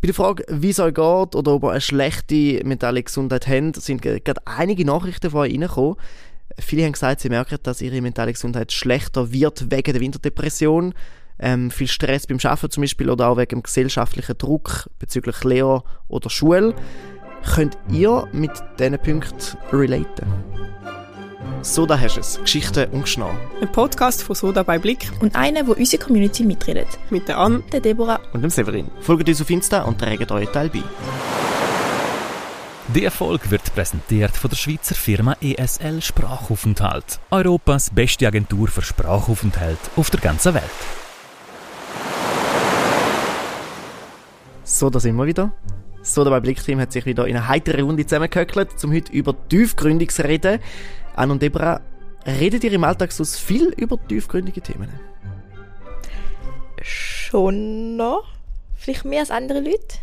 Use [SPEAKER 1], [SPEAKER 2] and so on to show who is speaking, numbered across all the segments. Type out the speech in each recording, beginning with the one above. [SPEAKER 1] Bei der Frage, wie es euch geht oder ob ihr eine schlechte mentale Gesundheit habt, sind ge- gerade einige Nachrichten von euch reingekommen. Viele haben gesagt, sie merken, dass ihre mentale Gesundheit schlechter wird wegen der Winterdepression. Ähm, viel Stress beim Arbeiten zum Beispiel oder auch wegen dem gesellschaftlichen Druck bezüglich Lehre oder Schule. Könnt ihr mit diesen Punkten relaten? So, da hast du es. Geschichten und Geschnarr.
[SPEAKER 2] Ein Podcast von Soda bei Blick
[SPEAKER 3] Und einer, wo unsere Community mitredet.
[SPEAKER 2] mit der Ann.
[SPEAKER 3] Der Deborah.
[SPEAKER 1] Und dem Severin. Folgt uns auf Insta und trägt euren Teil bei.
[SPEAKER 4] Die Erfolg wird präsentiert von der Schweizer Firma ESL Sprachaufenthalt. Europas beste Agentur für Sprachaufenthalt auf der ganzen Welt.
[SPEAKER 1] So, da sind wir wieder. So, dabei Blickteam hat sich wieder in einer heiteren Runde zusammengehöckelt, um heute über Tiefgründiges zu reden. Anne und Deborah, redet ihr im Alltagshaus viel über tiefgründige Themen?
[SPEAKER 3] Schon noch? Vielleicht mehr als andere Leute?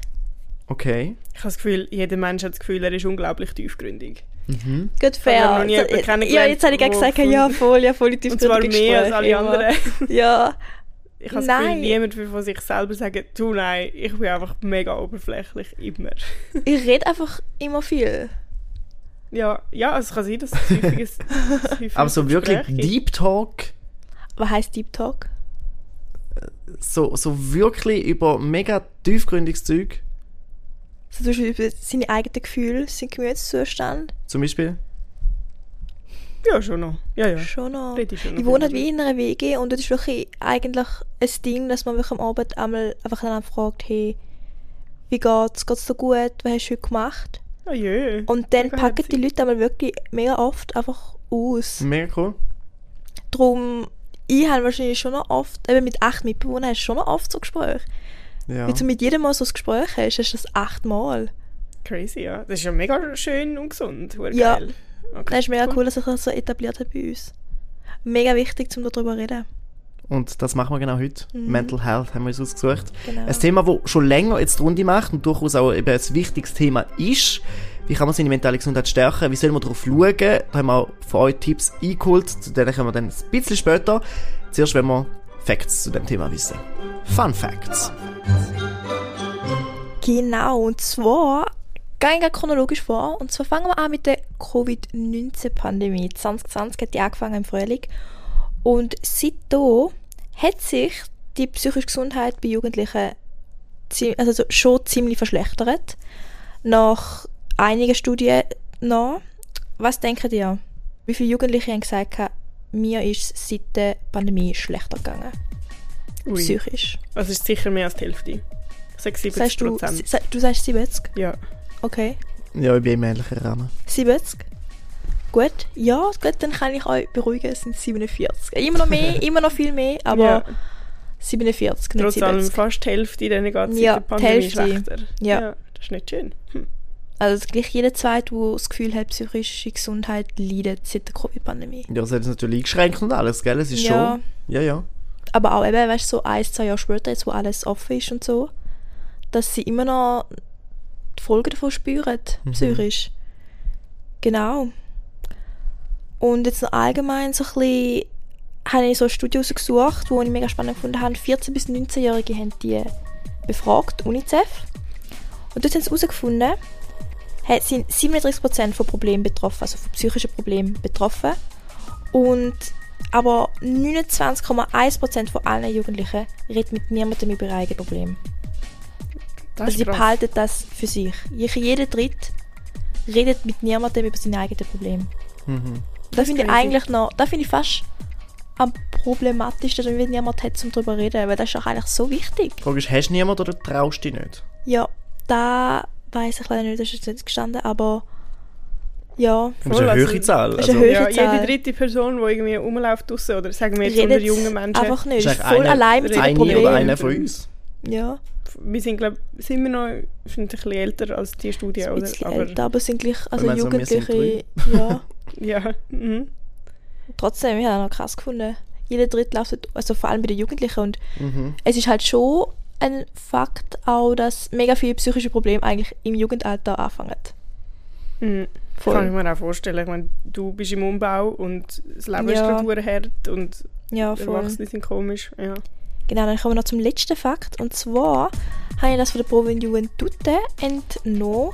[SPEAKER 1] Okay.
[SPEAKER 2] Ich habe das Gefühl, jeder Mensch hat das Gefühl, er ist unglaublich tiefgründig.
[SPEAKER 3] Gut,
[SPEAKER 2] Ich
[SPEAKER 3] fair.
[SPEAKER 2] habe noch nie
[SPEAKER 3] So,
[SPEAKER 2] jemanden
[SPEAKER 3] ja,
[SPEAKER 2] kennengelernt,
[SPEAKER 3] jetzt habe ich gerade
[SPEAKER 2] wo
[SPEAKER 3] gesagt,
[SPEAKER 2] von-
[SPEAKER 3] ja, voll, ja, voll, die
[SPEAKER 2] Und zwar mehr als alle anderen.
[SPEAKER 3] Ja.
[SPEAKER 2] Ich habe das Gefühl,
[SPEAKER 3] Nein.
[SPEAKER 2] niemand will von sich selber sagen, du nein, ich bin einfach mega oberflächlich, immer.
[SPEAKER 3] Ich rede einfach immer viel.
[SPEAKER 2] Ja, ja also es kann sein, dass es ein häufiges, ein häufiges
[SPEAKER 1] Aber so wirklich
[SPEAKER 2] Gespräch gibt.
[SPEAKER 1] Deep Talk,
[SPEAKER 3] Was heisst Deep Talk?
[SPEAKER 1] so, so wirklich über mega tiefgründiges Zeug,
[SPEAKER 3] So zum Beispiel über seine eigenen Gefühle, seinen Gemütszustand.
[SPEAKER 1] zum Beispiel.
[SPEAKER 2] Ja, schon noch. Ja, ja.
[SPEAKER 3] Schon noch.
[SPEAKER 2] Rede ich schon noch
[SPEAKER 3] Ich wohne halt
[SPEAKER 2] drüber.
[SPEAKER 3] wie in einer WG und das ist wirklich eigentlich ein Ding, dass man wirklich am Abend einmal einfach dann fragt, hey, wie geht's? Geht's dir gut? Was hast du heute gemacht?
[SPEAKER 2] Oh je.
[SPEAKER 3] Und dann
[SPEAKER 2] Mega
[SPEAKER 3] packen die
[SPEAKER 2] herzig.
[SPEAKER 3] Leute einmal wirklich mega oft einfach aus.
[SPEAKER 1] Mega cool.
[SPEAKER 3] Drum, ich habe wahrscheinlich schon noch oft, eben mit acht Mitbewohnern hast du schon noch oft so Gespräche.
[SPEAKER 1] Ja.
[SPEAKER 3] Wenn du mit jedem Mal so ein Gespräch hast, hast du das achtmal.
[SPEAKER 2] Crazy, ja. Das ist ja mega schön und gesund. Hure
[SPEAKER 3] Ja.
[SPEAKER 2] Geil.
[SPEAKER 3] Das ist mega
[SPEAKER 2] Cool.
[SPEAKER 3] cool, dass sich das so etabliert hat bei uns. Mega wichtig, um darüber zu reden.
[SPEAKER 1] Und das machen wir genau heute. Mental Health haben wir uns ausgesucht.
[SPEAKER 3] Mhm. Genau.
[SPEAKER 1] Ein Thema, das schon länger jetzt die Runde macht und durchaus auch eben ein wichtiges Thema ist. Wie kann man seine mentale Gesundheit stärken? Wie soll man darauf schauen? Da haben wir auch von euch Tipps eingeholt. Zu denen kommen wir dann ein bisschen später. Zuerst wollen wir Facts zu dem Thema wissen. Fun Facts.
[SPEAKER 3] Genau, und zwar gehen wir chronologisch vor. Und zwar fangen wir an mit der Covid-19-Pandemie. 2020 hat die angefangen im Frühling. Und seitdem hat sich die psychische Gesundheit bei Jugendlichen zie- also so- schon ziemlich verschlechtert. Nach einigen Studien nach. Was denken ihr? Wie viele Jugendliche haben gesagt, mir ist es seit der Pandemie schlechter gegangen?
[SPEAKER 2] Ui.
[SPEAKER 3] Psychisch.
[SPEAKER 2] Also es ist sicher mehr als die Hälfte. Sag 70
[SPEAKER 3] Sagst du,
[SPEAKER 2] Prozent.
[SPEAKER 3] sa- du sagst 70?
[SPEAKER 2] Ja.
[SPEAKER 3] Okay.
[SPEAKER 1] Ja, ich bin im ähnlichen Rahmen.
[SPEAKER 3] 70. Gut, ja, gut, dann kann ich euch beruhigen, es sind 47. Immer noch mehr, immer noch viel mehr, aber
[SPEAKER 2] ja.
[SPEAKER 3] 47, nicht
[SPEAKER 2] Trotz allem
[SPEAKER 3] 70.
[SPEAKER 2] fast die Hälfte, denen geht es
[SPEAKER 3] Ja,
[SPEAKER 2] ja, der Pandemie
[SPEAKER 3] die Hälfte.
[SPEAKER 2] schlechter.
[SPEAKER 3] Ja.
[SPEAKER 2] Das ist nicht schön. Hm.
[SPEAKER 3] Also es ist gleich jeder Zweite, der das Gefühl hat, psychische Gesundheit leidet seit der Covid-Pandemie.
[SPEAKER 1] Ja, das hat uns natürlich eingeschränkt und alles, gell? Es ist
[SPEAKER 3] Ja.
[SPEAKER 1] schon. Ja, ja.
[SPEAKER 3] Aber auch eben, weißt du, so ein, zwei Jahre später, jetzt wo alles offen ist und so, dass sie immer noch die Folgen davon spüren, psychisch. Genau. Und jetzt noch allgemein so ein bisschen, habe ich so Studios gesucht, die ich mega spannend gefunden habe. 14- bis 19-Jährige haben die befragt, UNICEF. Und dort haben sie herausgefunden, hat- sind 37% von Problemen betroffen, also von psychischen Problemen betroffen. Und aber 29,1% von allen Jugendlichen redet mit niemandem über ihr eigenes Problem.
[SPEAKER 2] Das
[SPEAKER 3] Also sie
[SPEAKER 2] ist krass.
[SPEAKER 3] behalten das für sich. Je- Jeder Dritt redet mit niemandem über sein eigenes Problem.
[SPEAKER 1] Mhm.
[SPEAKER 3] Das finde ich
[SPEAKER 2] crazy.
[SPEAKER 3] eigentlich noch, das finde ich fast am problematischsten, wenn niemand hat, um darüber zu reden, weil das ist doch eigentlich so wichtig.
[SPEAKER 1] Die Frage ist, hast du niemanden oder traust du dich nicht?
[SPEAKER 3] Ja, da weiß ich leider nicht, das ist jetzt nicht gestanden, aber ja,
[SPEAKER 1] Das ist eine
[SPEAKER 2] Voll, also-
[SPEAKER 1] höhere Zahl.
[SPEAKER 3] Das ist eine
[SPEAKER 1] Also,
[SPEAKER 3] höhere
[SPEAKER 2] ja,
[SPEAKER 3] Zahl.
[SPEAKER 2] jede dritte Person, die irgendwie rumläuft draussen, oder sagen wir jetzt unter
[SPEAKER 3] redet
[SPEAKER 2] jungen Menschen,
[SPEAKER 3] einfach nicht,
[SPEAKER 1] ist
[SPEAKER 3] ist
[SPEAKER 1] eigentlich
[SPEAKER 3] voll
[SPEAKER 1] eine-
[SPEAKER 3] allein mit seinem
[SPEAKER 1] eine oder
[SPEAKER 3] Problem.
[SPEAKER 1] einer von uns.
[SPEAKER 3] Ja.
[SPEAKER 2] wir sind, glaube sind wir noch sind ein bisschen älter als die Studie,
[SPEAKER 3] ein
[SPEAKER 2] oder?
[SPEAKER 3] bisschen älter, aber es sind gleich, also
[SPEAKER 1] meine, so, wir sind
[SPEAKER 3] Jugendliche, ja.
[SPEAKER 2] Ja, mhm.
[SPEAKER 3] Trotzdem, ich habe das noch krass gefunden. Jeder Dritte läuft, also vor allem bei den Jugendlichen und
[SPEAKER 1] Mhm.
[SPEAKER 3] es ist halt schon ein Fakt auch, dass mega viele psychische Probleme eigentlich im Jugendalter anfangen.
[SPEAKER 2] Mhm.
[SPEAKER 3] Voll.
[SPEAKER 2] Kann ich mir auch vorstellen. Ich meine, du bist im Umbau und das Leben ist
[SPEAKER 3] Ja.
[SPEAKER 2] gerade hure hart und
[SPEAKER 3] Ja, voll.
[SPEAKER 2] Erwachsene sind komisch. Ja.
[SPEAKER 3] Genau, dann kommen wir noch zum letzten Fakt und zwar habe ich das von der Provinz Juventute entnommen.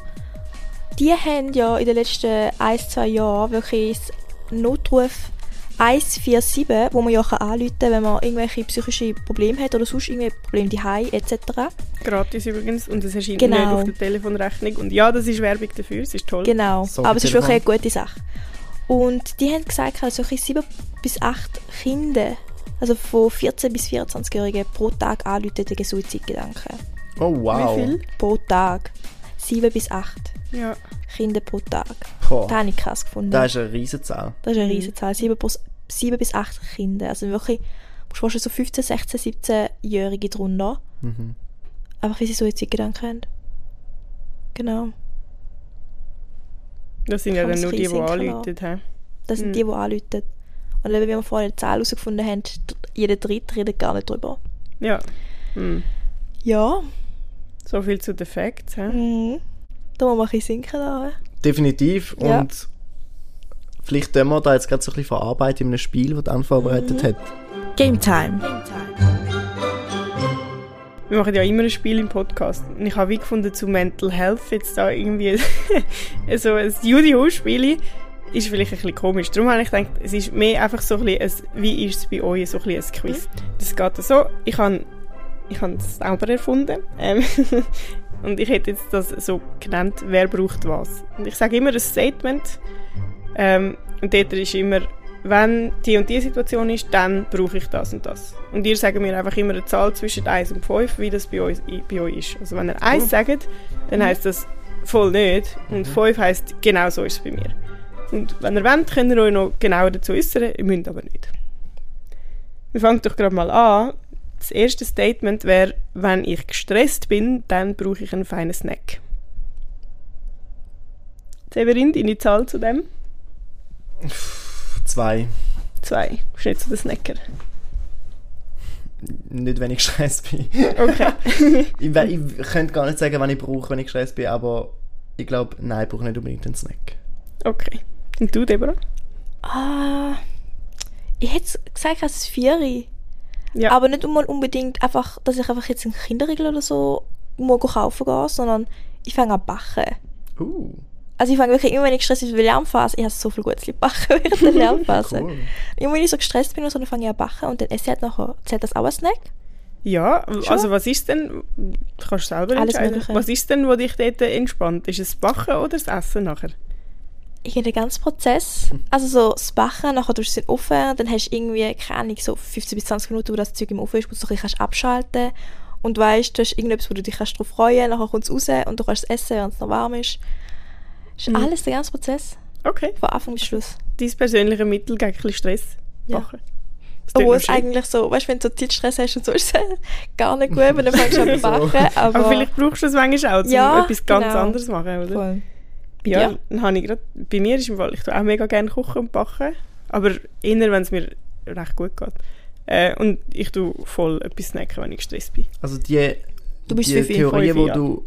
[SPEAKER 3] Die haben ja in den letzten ein, zwei Jahren wirklich das Notruf 147, wo man ja kann anrufen kann, wenn man irgendwelche psychischen Probleme hat oder sonst irgendwelche Probleme daheim etc.
[SPEAKER 2] Gratis übrigens und es erscheint
[SPEAKER 3] Genau.
[SPEAKER 2] nicht auf der Telefonrechnung. Und ja, das ist Werbung dafür, es ist toll.
[SPEAKER 3] Genau,
[SPEAKER 1] So,
[SPEAKER 3] aber es ist
[SPEAKER 1] Telefon.
[SPEAKER 3] wirklich eine gute Sache. Und die haben gesagt, dass solche 7 bis 8 Kinder, also von 14 bis 24-Jährigen, pro Tag anrufen wegen Suizidgedanken.
[SPEAKER 1] Oh wow.
[SPEAKER 2] Wie viel?
[SPEAKER 3] Pro Tag. 7 bis 8
[SPEAKER 2] Ja.
[SPEAKER 3] Kinder pro Tag. Das
[SPEAKER 1] Boah,
[SPEAKER 3] habe ich krass gefunden.
[SPEAKER 1] das ist mhm. eine Riesenzahl.
[SPEAKER 3] Das ist eine riesige Zahl. 7, plus, 7 bis 8 Kinder. Also wirklich, musst du schon so 15, 16, 17-Jährige drunter.
[SPEAKER 1] Mhm.
[SPEAKER 3] Einfach, weil sie so jetzt Gedanken haben. Genau.
[SPEAKER 2] Das sind ja
[SPEAKER 3] Kann
[SPEAKER 2] dann
[SPEAKER 3] man's
[SPEAKER 2] nur die, die
[SPEAKER 3] reinsinken lassen.
[SPEAKER 2] anrufen. hä?
[SPEAKER 3] Das sind
[SPEAKER 2] Mhm.
[SPEAKER 3] die, die anrufen. Und eben, wie wir vorher die Zahl herausgefunden haben, dr- jeder Dritte redet gar nicht drüber.
[SPEAKER 2] Ja. Hm.
[SPEAKER 3] Ja.
[SPEAKER 2] So viel zu den Facts. hä?
[SPEAKER 3] Mhm. Da muss man ein bisschen sinken lassen.
[SPEAKER 1] Definitiv.
[SPEAKER 3] Ja.
[SPEAKER 1] Und vielleicht tun wir da jetzt gerade so ein bisschen verarbeiten in einem Spiel, das Anne vorbereitet hat.
[SPEAKER 5] Game Time.
[SPEAKER 2] Wir machen ja immer ein Spiel im Podcast. Und ich habe wie gefunden, zu Mental Health jetzt da irgendwie so ein Studio-Spiel ist vielleicht ein bisschen komisch. Darum habe ich gedacht, es ist mehr einfach so ein bisschen ein, wie ist es bei euch, so ein bisschen ein Quiz. Das geht so, ich habe ich habe es selber erfunden. Ähm, und ich hätte jetzt das so genannt, wer braucht was. Und ich sage immer ein Statement. Ähm, und dort ist immer, wenn die und die Situation ist, dann brauche ich das und das. Und ihr sagt mir einfach immer eine Zahl zwischen 1 und 5, wie das bei euch, bei euch ist. Also wenn ihr 1 sagt, dann heisst das voll nicht. Und 5 heisst, genau so ist es bei mir. Und wenn ihr wollt, könnt ihr euch noch genauer dazu äußern, ihr müsst aber nicht. Wir fangen doch gerade mal an. Das erste Statement wäre, wenn ich gestresst bin, dann brauche ich einen feinen Snack. Severin, deine Zahl zu dem?
[SPEAKER 1] Zwei.
[SPEAKER 2] Zwei. Ist nicht so der Snacker.
[SPEAKER 1] Nicht, wenn ich gestresst bin.
[SPEAKER 2] Okay.
[SPEAKER 1] Ich, we- ich könnte gar nicht sagen, wann ich brauche, wenn ich gestresst bin, aber ich glaube, nein, ich brauche nicht unbedingt einen Snack.
[SPEAKER 2] okay. Und du, Deborah?
[SPEAKER 3] Ah. Ich hätte gesagt, als Vieri.
[SPEAKER 2] Ja.
[SPEAKER 3] Aber nicht mal unbedingt einfach, dass ich einfach jetzt einen Kinderriegel oder so mal kaufen gehe, sondern ich fange an zu backen.
[SPEAKER 1] Uh,
[SPEAKER 3] Also ich fange wirklich immer, wenn ich gestresst bin für die Lernphase, ich habe so viel Gutes gebacken während der Lernphase.
[SPEAKER 1] cool.
[SPEAKER 3] Immer wenn ich so gestresst bin, und so, dann fange ich an zu backen und dann esse ich halt nachher, zählt das auch als Snack?
[SPEAKER 2] Ja, also was ist denn, kannst du selber
[SPEAKER 3] Alles
[SPEAKER 2] entscheiden,
[SPEAKER 3] Mögliche.
[SPEAKER 2] was ist denn, was dich dort entspannt? Ist es das Backen oder das Essen nachher?
[SPEAKER 3] Ich den ganzen Prozess, also so das Backen, nachher tust du es in den Ofen, dann hast du irgendwie, keine Ahnung, so 15 bis 20 Minuten, wo das Zeug im Ofen ist, wo du so ein bisschen kannst abschalten und weißt, du hast irgendetwas, wo du dich kannst drauf freuen nachher kommt es raus und du kannst es essen, wenn es noch warm ist. Ist alles der ganze Prozess,
[SPEAKER 2] Okay.
[SPEAKER 3] von Anfang bis Schluss.
[SPEAKER 2] Dein persönliche Mittel gegen ein bisschen Stress?
[SPEAKER 3] Ja.
[SPEAKER 2] Backen. Das klingt
[SPEAKER 3] Obwohl
[SPEAKER 2] noch
[SPEAKER 3] es
[SPEAKER 2] schön.
[SPEAKER 3] eigentlich so, weißt du, wenn du so Zeitstress hast und so, ist es gar nicht gut, weil dann fängst du an zu backen. Aber,
[SPEAKER 2] Aber vielleicht brauchst du es manchmal auch, um
[SPEAKER 3] Ja,
[SPEAKER 2] etwas ganz
[SPEAKER 3] genau.
[SPEAKER 2] anderes zu machen, oder?
[SPEAKER 3] Voll. Bei
[SPEAKER 2] Ja,
[SPEAKER 3] dir?
[SPEAKER 2] dann habe ich grad, bei mir ist im Fall, ich tue auch mega gerne kochen und backen, aber eher, wenn es mir recht gut geht. Äh, und ich tue voll etwas snacken, wenn ich gestresst bin.
[SPEAKER 1] Also die,
[SPEAKER 2] Du bist
[SPEAKER 1] die
[SPEAKER 2] fünf in
[SPEAKER 1] Theorien,
[SPEAKER 2] fünf,
[SPEAKER 1] die
[SPEAKER 2] ja.
[SPEAKER 1] du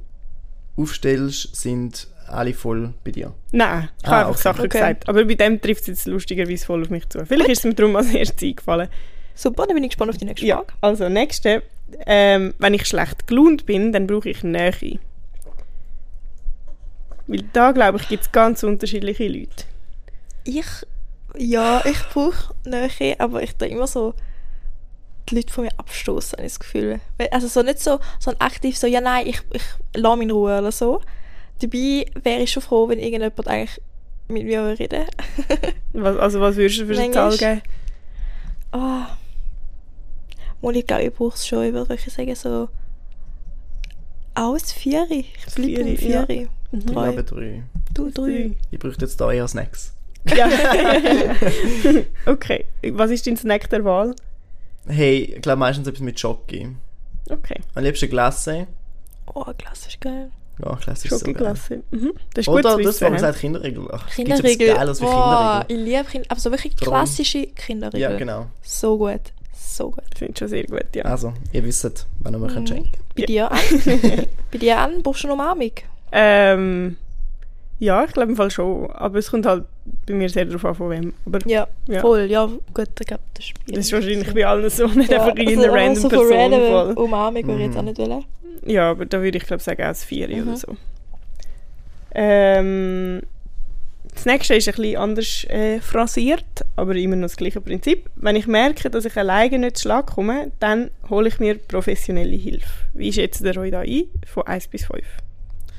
[SPEAKER 1] aufstellst, sind alle voll bei dir.
[SPEAKER 2] Nein, ich
[SPEAKER 1] Ah,
[SPEAKER 2] habe einfach
[SPEAKER 1] okay.
[SPEAKER 2] Sachen
[SPEAKER 3] Okay.
[SPEAKER 2] gesagt. Aber bei dem trifft es jetzt lustigerweise voll auf mich zu. Vielleicht ist es mir darum als erstes eingefallen.
[SPEAKER 3] Super, dann bin ich gespannt auf die nächste
[SPEAKER 2] Ja,
[SPEAKER 3] Frage.
[SPEAKER 2] also nächste. Ähm, wenn ich schlecht gelaunt bin, dann brauche ich Nähe. Weil da, glaube ich, gibt es ganz unterschiedliche Leute.
[SPEAKER 3] Ich, ja, ich brauche Nähe, aber ich tue immer so die Leute von mir abstoßen, habe ich das Gefühl. Weil- Also so nicht so, so ein aktiv so, ja nein, ich, ich lasse mich in Ruhe oder so. Dabei wäre ich schon froh, wenn irgendjemand eigentlich mit mir reden würde.
[SPEAKER 2] Was, also was würdest du für eine
[SPEAKER 3] Manchmal-
[SPEAKER 2] Zahl geben?
[SPEAKER 3] Ah. Mal, ich glaube, ich brauche es schon. Ich würde wirklich sagen, so. Aus Vieri. Ich bleibe im
[SPEAKER 2] Vieri, ja.
[SPEAKER 3] Vieri.
[SPEAKER 1] Ich
[SPEAKER 3] Drei.
[SPEAKER 1] glaube drei.
[SPEAKER 3] Du drei.
[SPEAKER 1] Ich bräuchte jetzt da eher Snacks.
[SPEAKER 2] Ja. okay. Was ist dein Snack der Wahl?
[SPEAKER 1] Hey, ich glaube meistens etwas mit Schoki.
[SPEAKER 2] Okay.
[SPEAKER 1] Am liebsten Glasse.
[SPEAKER 3] Oh, klassisch geil.
[SPEAKER 1] Ja, Glasse ist so geil.
[SPEAKER 2] Schokoklasse. Mhm. Das ist gut
[SPEAKER 1] Oder
[SPEAKER 2] zu
[SPEAKER 1] das, was man
[SPEAKER 2] wissen. hä?
[SPEAKER 1] sagt, Kinderregel. Ach, gibt's etwas
[SPEAKER 3] Kinderriegel.
[SPEAKER 1] Geiles wie
[SPEAKER 3] Boah,
[SPEAKER 1] Kinderregel.
[SPEAKER 3] ich liebe Kinder. Aber so wirklich
[SPEAKER 1] Drum.
[SPEAKER 3] klassische Kinderregel.
[SPEAKER 1] Ja, genau.
[SPEAKER 3] So gut. So gut.
[SPEAKER 2] Das finde ich schon sehr gut, ja.
[SPEAKER 1] Also, ihr wisst, wann ihr mir könnt schenken könnt.
[SPEAKER 3] Bei dir an? Bei dir an? Brauchst du eine Umarmung?
[SPEAKER 2] Ähm, ja, ich glaube im Fall schon. Aber es kommt halt bei mir sehr darauf an, von wem. Aber
[SPEAKER 3] Ja,
[SPEAKER 2] Ja.
[SPEAKER 3] voll. Ja, gut, ich glaube, das ist
[SPEAKER 2] das ist wahrscheinlich bei allen so, nicht einfach
[SPEAKER 3] also
[SPEAKER 2] irgendeine
[SPEAKER 3] auch
[SPEAKER 2] random
[SPEAKER 3] so von
[SPEAKER 2] Person.
[SPEAKER 3] random
[SPEAKER 2] voll.
[SPEAKER 3] Umarmung, würde ich jetzt auch nicht wollen.
[SPEAKER 2] Ja, aber da würde ich glaube sagen auch das Vieri
[SPEAKER 3] Mhm.
[SPEAKER 2] oder so. Ähm, das nächste ist ein bisschen anders äh, phrasiert, aber immer noch das gleiche Prinzip. Wenn ich merke, dass ich alleine nicht zu Schlag komme, dann hole ich mir professionelle Hilfe. Wie schätzt ihr euch da ein? Von 1 bis 5.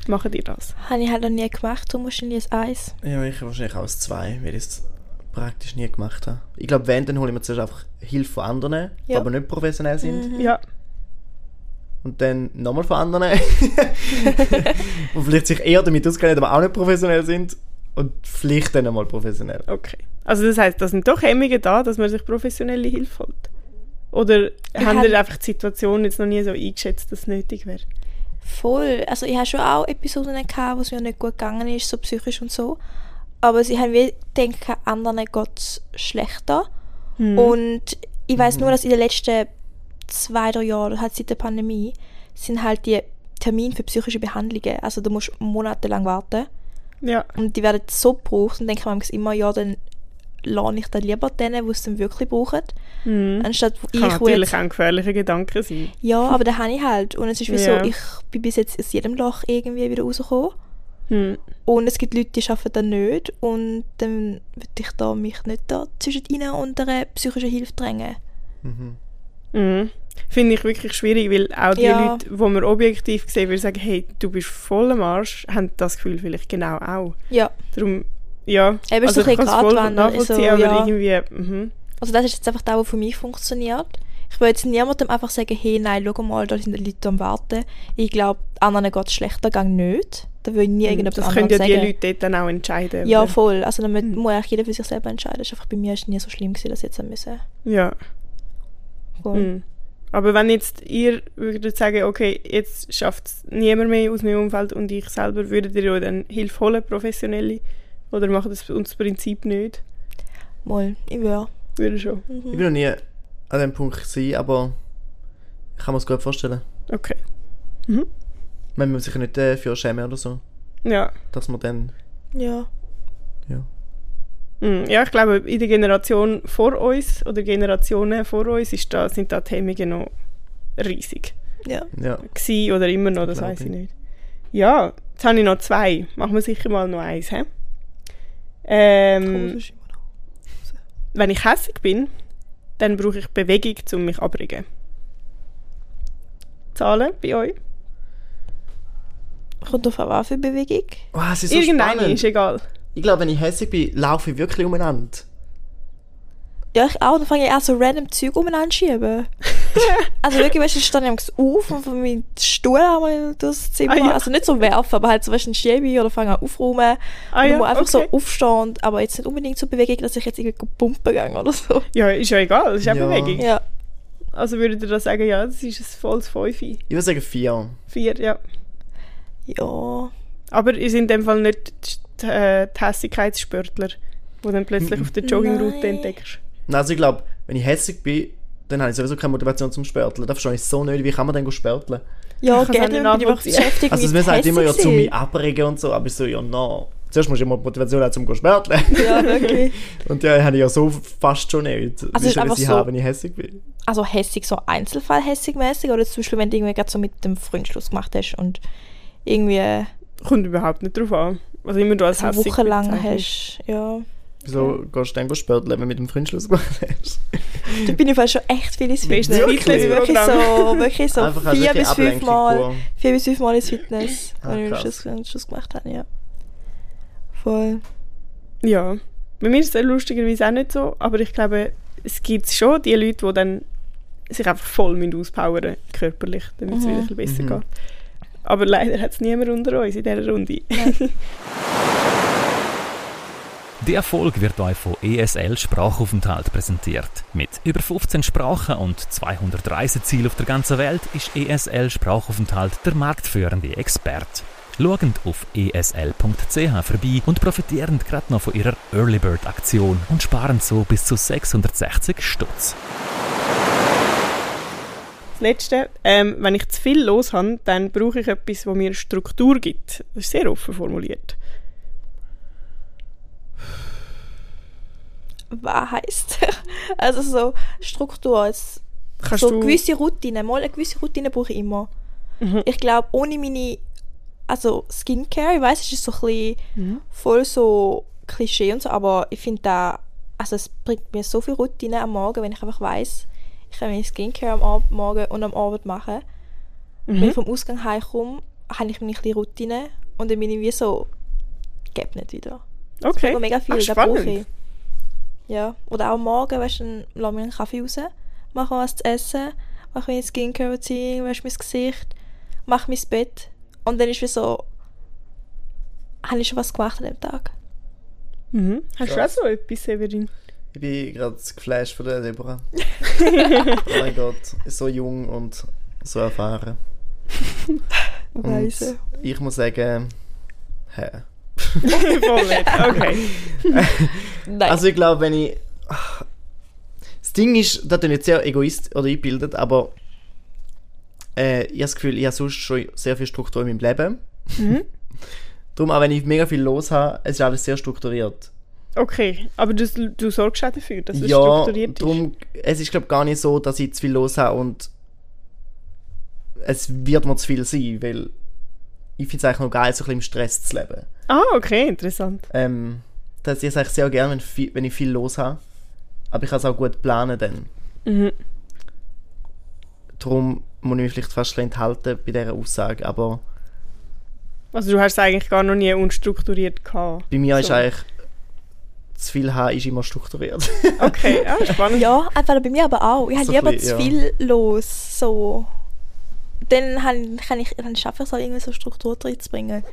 [SPEAKER 2] Macht ihr das?
[SPEAKER 3] Habe ich halt noch nie gemacht, darum wahrscheinlich ein Eis.
[SPEAKER 1] Ja, ich wahrscheinlich auch ein zwei, weil ich es praktisch nie gemacht habe. Ich glaube, wenn, dann hole ich mir zuerst einfach Hilfe von anderen, die
[SPEAKER 3] Ja.
[SPEAKER 1] aber nicht professionell sind.
[SPEAKER 3] Hm.
[SPEAKER 2] Ja.
[SPEAKER 1] Und dann nochmal von anderen, die vielleicht sich eher damit auskennen, aber auch nicht professionell sind. Und vielleicht dann einmal professionell.
[SPEAKER 2] Okay. Also das heißt, das sind doch Hemmungen da, dass man sich professionelle Hilfe holt. Oder haben
[SPEAKER 3] hab-
[SPEAKER 2] ihr einfach die Situation jetzt noch nie so eingeschätzt, dass es nötig wäre?
[SPEAKER 3] Voll. Also ich habe schon auch Episoden gehabt, wo es mir nicht gut gegangen ist, so psychisch und so. Aber sie haben wie gedacht, anderen geht es schlechter. Hm.
[SPEAKER 2] Mhm.
[SPEAKER 3] Und ich weiß nur, dass in den letzten zwei, drei Jahren, halt seit der Pandemie, sind halt die Termine für psychische Behandlungen. Also du musst monatelang warten.
[SPEAKER 2] Ja.
[SPEAKER 3] Und die werden so gebraucht und denke ich immer, ja, dann lade ich dann lieber denen, die es dann wirklich brauchen. Anstatt wo
[SPEAKER 2] Hm. Mhm. Kann
[SPEAKER 3] ich wo
[SPEAKER 2] natürlich
[SPEAKER 3] jetzt,
[SPEAKER 2] auch ein gefährlicher Gedanke sein.
[SPEAKER 3] Ja, aber den habe ich halt. Und es ist wie
[SPEAKER 2] Ja.
[SPEAKER 3] so, ich bin bis jetzt aus jedem Loch irgendwie wieder rausgekommen. Hm. Und es gibt Leute, die arbeiten dann nicht. Und dann würde ich da mich nicht da zwischen ihnen und einer psychischen Hilfe drängen.
[SPEAKER 2] Mhm. Finde ich wirklich schwierig, weil auch die
[SPEAKER 3] Ja.
[SPEAKER 2] Leute, wo man objektiv gesehen würde sagen, hey, du bist voll am Arsch, haben das Gefühl vielleicht genau auch.
[SPEAKER 3] Ja,
[SPEAKER 2] Darum, ja. Also
[SPEAKER 3] Eben, so ein
[SPEAKER 2] ich
[SPEAKER 3] bisschen
[SPEAKER 2] kann's voll
[SPEAKER 3] Gratwandeln,
[SPEAKER 2] nachvollziehen,
[SPEAKER 3] also,
[SPEAKER 2] aber
[SPEAKER 3] ja.
[SPEAKER 2] irgendwie, mhm.
[SPEAKER 3] also das ist jetzt einfach das, was für mich funktioniert. Ich will jetzt niemandem einfach sagen, hey, nein, schau mal, da sind Leute am Warten. Ich glaube, anderen geht es schlechter, gang nicht. Da würde ich nie irgendetwas
[SPEAKER 2] das können
[SPEAKER 3] anderem
[SPEAKER 2] ja
[SPEAKER 3] sagen.
[SPEAKER 2] die Leute dort dann auch entscheiden.
[SPEAKER 3] Ja,
[SPEAKER 2] oder?
[SPEAKER 3] voll. Also dann mu- muss eigentlich jeder für sich selber entscheiden. Das ist einfach bei mir ist nie so schlimm gewesen, dass ich jetzt haben müssen.
[SPEAKER 2] ja.
[SPEAKER 3] Voll.
[SPEAKER 2] Mhm. Aber wenn jetzt ihr würdet sagen, okay, jetzt schafft es niemand mehr aus meinem Umfeld und ich selber, würdet ihr euch dann Hilfe holen, professionelle? Oder macht das uns das Prinzip nicht?
[SPEAKER 3] Mal, Mhm. ich will.
[SPEAKER 2] Würde schon.
[SPEAKER 1] Ich bin noch nie an dem Punkt sein, aber ich kann mir es gut vorstellen.
[SPEAKER 2] Okay.
[SPEAKER 1] Man muss sich nicht äh, für schämen oder so,
[SPEAKER 2] Ja.
[SPEAKER 1] dass man dann
[SPEAKER 3] Ja.
[SPEAKER 1] ja,
[SPEAKER 2] Mm, Ja, ich glaube, in der Generation vor uns oder Generationen vor uns ist da, sind da die Hemmungen noch riesig.
[SPEAKER 3] Ja.
[SPEAKER 1] ja,
[SPEAKER 2] Gsi oder immer noch, das
[SPEAKER 1] Glaub
[SPEAKER 2] weiß ich
[SPEAKER 1] ich.
[SPEAKER 2] nicht. Ja, jetzt habe ich noch zwei. Machen wir sicher mal noch eins. He? Ähm,
[SPEAKER 3] Komisch immer noch.
[SPEAKER 2] wenn ich hässig bin, dann brauche ich Bewegung, um mich abregen. Zahlen bei euch?
[SPEAKER 3] Kommt auf eine für Bewegung.
[SPEAKER 1] Oh, es ist so
[SPEAKER 2] Irgendeine ist
[SPEAKER 1] spannend.
[SPEAKER 2] egal.
[SPEAKER 1] Ich glaube, wenn ich hässlich bin, laufe ich wirklich umeinander.
[SPEAKER 3] Ja, ich auch. Dann fange ich an, so random Zeug um umeinander zu schieben. also wirklich, weißt du, ich stehe ich auf und von meinem Stuhl einmal durchs Zimmer.
[SPEAKER 2] Ah, ja.
[SPEAKER 3] Also nicht so werfen, aber halt so, weißt du, dann schiebe ich oder fange an aufräumen.
[SPEAKER 2] Ah,
[SPEAKER 3] und
[SPEAKER 2] ja,
[SPEAKER 3] muss einfach
[SPEAKER 2] okay.
[SPEAKER 3] so aufstehen, aber jetzt nicht unbedingt zur Bewegung, dass ich jetzt irgendwie pumpen gehe oder so.
[SPEAKER 2] Ja, ist ja egal, ist ja
[SPEAKER 1] Ja.
[SPEAKER 2] Bewegung.
[SPEAKER 3] Ja.
[SPEAKER 2] Also würdet ihr da sagen, ja, das ist ein volles Fünfi.
[SPEAKER 1] Ich würde sagen vier.
[SPEAKER 2] Vier, ja.
[SPEAKER 3] Ja.
[SPEAKER 2] Aber ihr seid in dem Fall nicht die, äh, die Hässigkeitsspörtler, die dann plötzlich auf der Joggingroute
[SPEAKER 3] Nein.
[SPEAKER 2] entdeckst.
[SPEAKER 1] Nein, Also ich glaube, wenn ich hässlich bin, dann habe ich sowieso keine Motivation zum Spörteln. Das verstehe ich so nicht. Wie kann man denn spörteln?
[SPEAKER 3] Ja,
[SPEAKER 2] Ich kann's auch nicht
[SPEAKER 3] gerne, bin ich einfach
[SPEAKER 2] nachvollziehen.
[SPEAKER 3] beschäftigt
[SPEAKER 1] Also
[SPEAKER 3] mit
[SPEAKER 1] man sagt immer, ja,
[SPEAKER 3] hässig
[SPEAKER 1] zu
[SPEAKER 3] sein.
[SPEAKER 1] mich abregen und so, aber ich so, ja, no. Zuerst musst du immer Motivation haben, zum spörteln.
[SPEAKER 3] Ja, wirklich.
[SPEAKER 1] Und ja, habe ich ja so fast schon nicht. Wie
[SPEAKER 3] es Also ist
[SPEAKER 1] soll ich
[SPEAKER 3] einfach
[SPEAKER 1] sie
[SPEAKER 3] so-
[SPEAKER 1] haben, wenn ich hässlich bin?
[SPEAKER 3] also hässig, so Einzelfall-hässig-mäßig oder zum Beispiel, wenn du irgendwie gerade so mit dem Freund Schluss gemacht hast und irgendwie
[SPEAKER 2] Kommt überhaupt nicht drauf an. Also immer du als
[SPEAKER 3] eine
[SPEAKER 2] hässig
[SPEAKER 3] Woche lang
[SPEAKER 2] bezeichnest.
[SPEAKER 3] hast. Ja.
[SPEAKER 1] Wieso gehst du dann spörteln, wenn du mit dem Freund Schluss gemacht hast?
[SPEAKER 3] Da bin ich fast schon echt viel ins
[SPEAKER 2] Bist
[SPEAKER 3] Fitness.
[SPEAKER 2] du
[SPEAKER 1] Wirklich?
[SPEAKER 2] Fitness-
[SPEAKER 3] Wirklich so, wirklich so
[SPEAKER 1] Einfach als
[SPEAKER 3] vier,
[SPEAKER 1] wirklich
[SPEAKER 3] bis fünf
[SPEAKER 1] Ablenkung
[SPEAKER 3] Mal,
[SPEAKER 1] pur.
[SPEAKER 3] vier bis fünf Mal ins Fitness,
[SPEAKER 1] Ah,
[SPEAKER 3] wenn ich
[SPEAKER 1] krass.
[SPEAKER 3] Schluss, wenn ich Schluss gemacht habe, ja. Voll.
[SPEAKER 2] Ja. Bei mir ist es lustigerweise auch nicht so, aber ich glaube, es gibt schon die Leute, die dann sich einfach voll müssen auspowern müssen, körperlich, damit
[SPEAKER 3] Mhm.
[SPEAKER 2] es wieder ein bisschen besser
[SPEAKER 1] Mhm.
[SPEAKER 2] geht. Aber leider hat es niemand unter uns in dieser Runde.
[SPEAKER 4] Der Erfolg wird euch von ESL Sprachaufenthalt präsentiert. Mit über 15 Sprachen und 200 Reisezielen auf der ganzen Welt ist ESL Sprachaufenthalt der marktführende Experte. Schauend auf E esl.ch vorbei und profitieren gerade noch von ihrer Early Bird Aktion und sparen so bis zu 660 Stutz.
[SPEAKER 2] Das Letzte, ähm, wenn ich zu viel los habe, dann brauche ich etwas, das mir Struktur gibt. Das ist sehr offen formuliert.
[SPEAKER 3] Was heisst? also so Struktur, es-
[SPEAKER 2] Kannst
[SPEAKER 3] so
[SPEAKER 2] du-
[SPEAKER 3] gewisse Routinen. Mal eine gewisse Routine brauche ich immer.
[SPEAKER 2] Mhm.
[SPEAKER 3] Ich glaube, ohne meine also Skincare, ich weiß, es ist so ein bisschen
[SPEAKER 2] Mhm.
[SPEAKER 3] voll so Klischee und so, aber ich finde da, also es bringt mir so viel Routine am Morgen, wenn ich einfach weiß, ich kann meine Skincare am Ab Morgen und am Abend machen.
[SPEAKER 2] Mhm.
[SPEAKER 3] Wenn ich vom Ausgang heimkomme, habe ich meine kleine Routine und dann bin ich wie so geöffnet wieder. Ich
[SPEAKER 2] Okay.
[SPEAKER 3] habe mega viel,
[SPEAKER 2] Ach,
[SPEAKER 3] das brauche
[SPEAKER 2] spannend.
[SPEAKER 3] ich. Ja, oder auch am morgen, weißt du, dann lasse ich mir einen Kaffee raus, mache mir was zu essen, mache meine Skincare-Routine, wasche mein Gesicht, mache mein Bett und dann ist wie so, habe ich schon was gemacht an dem Tag.
[SPEAKER 2] Mhm. Hast du auch
[SPEAKER 1] Krass.
[SPEAKER 2] so etwas, Severin?
[SPEAKER 1] Ich bin gerade geflasht von der Deborah. oh mein Gott, so jung und so erfahren. Und
[SPEAKER 3] Weise.
[SPEAKER 1] ich muss sagen, hä?
[SPEAKER 2] Voll nicht. Okay.
[SPEAKER 3] Nein.
[SPEAKER 1] Also ich glaube, wenn ich... Ach. Das Ding ist, das ist jetzt sehr egoist oder eingebildet, aber äh, ich habe das Gefühl, ich habe sonst schon sehr viel Struktur in meinem Leben. Darum, auch wenn ich mega viel los habe, es ist alles sehr strukturiert.
[SPEAKER 2] Okay. Aber du, du sorgst auch dafür, dass es
[SPEAKER 1] ja,
[SPEAKER 2] strukturiert ist.
[SPEAKER 1] drum, es ist glaube gar nicht so, dass ich zu viel los habe und es wird mir zu viel sein, weil ich finde es eigentlich noch geil, so ein bisschen im Stress zu leben.
[SPEAKER 2] Ah, okay, interessant.
[SPEAKER 1] Ähm, das ist eigentlich sehr gerne, wenn, viel, wenn ich viel los habe, aber ich kann es auch gut planen dann.
[SPEAKER 2] Mhm.
[SPEAKER 1] Darum muss ich mich vielleicht fast ein bisschen enthalten bei dieser Aussage, aber
[SPEAKER 2] Also du hast es eigentlich gar noch nie unstrukturiert gehabt.
[SPEAKER 1] bei mir ist
[SPEAKER 2] So.
[SPEAKER 1] eigentlich zu viel haben ist immer strukturiert.
[SPEAKER 2] Okay, ah, spannend.
[SPEAKER 3] ja, einfach bei mir aber auch. Ich habe
[SPEAKER 1] So
[SPEAKER 3] lieber
[SPEAKER 1] ein bisschen,
[SPEAKER 3] zu viel los, so. Dann, han- kann ich, dann schaffe ich es auch irgendwie so Struktur reinzubringen.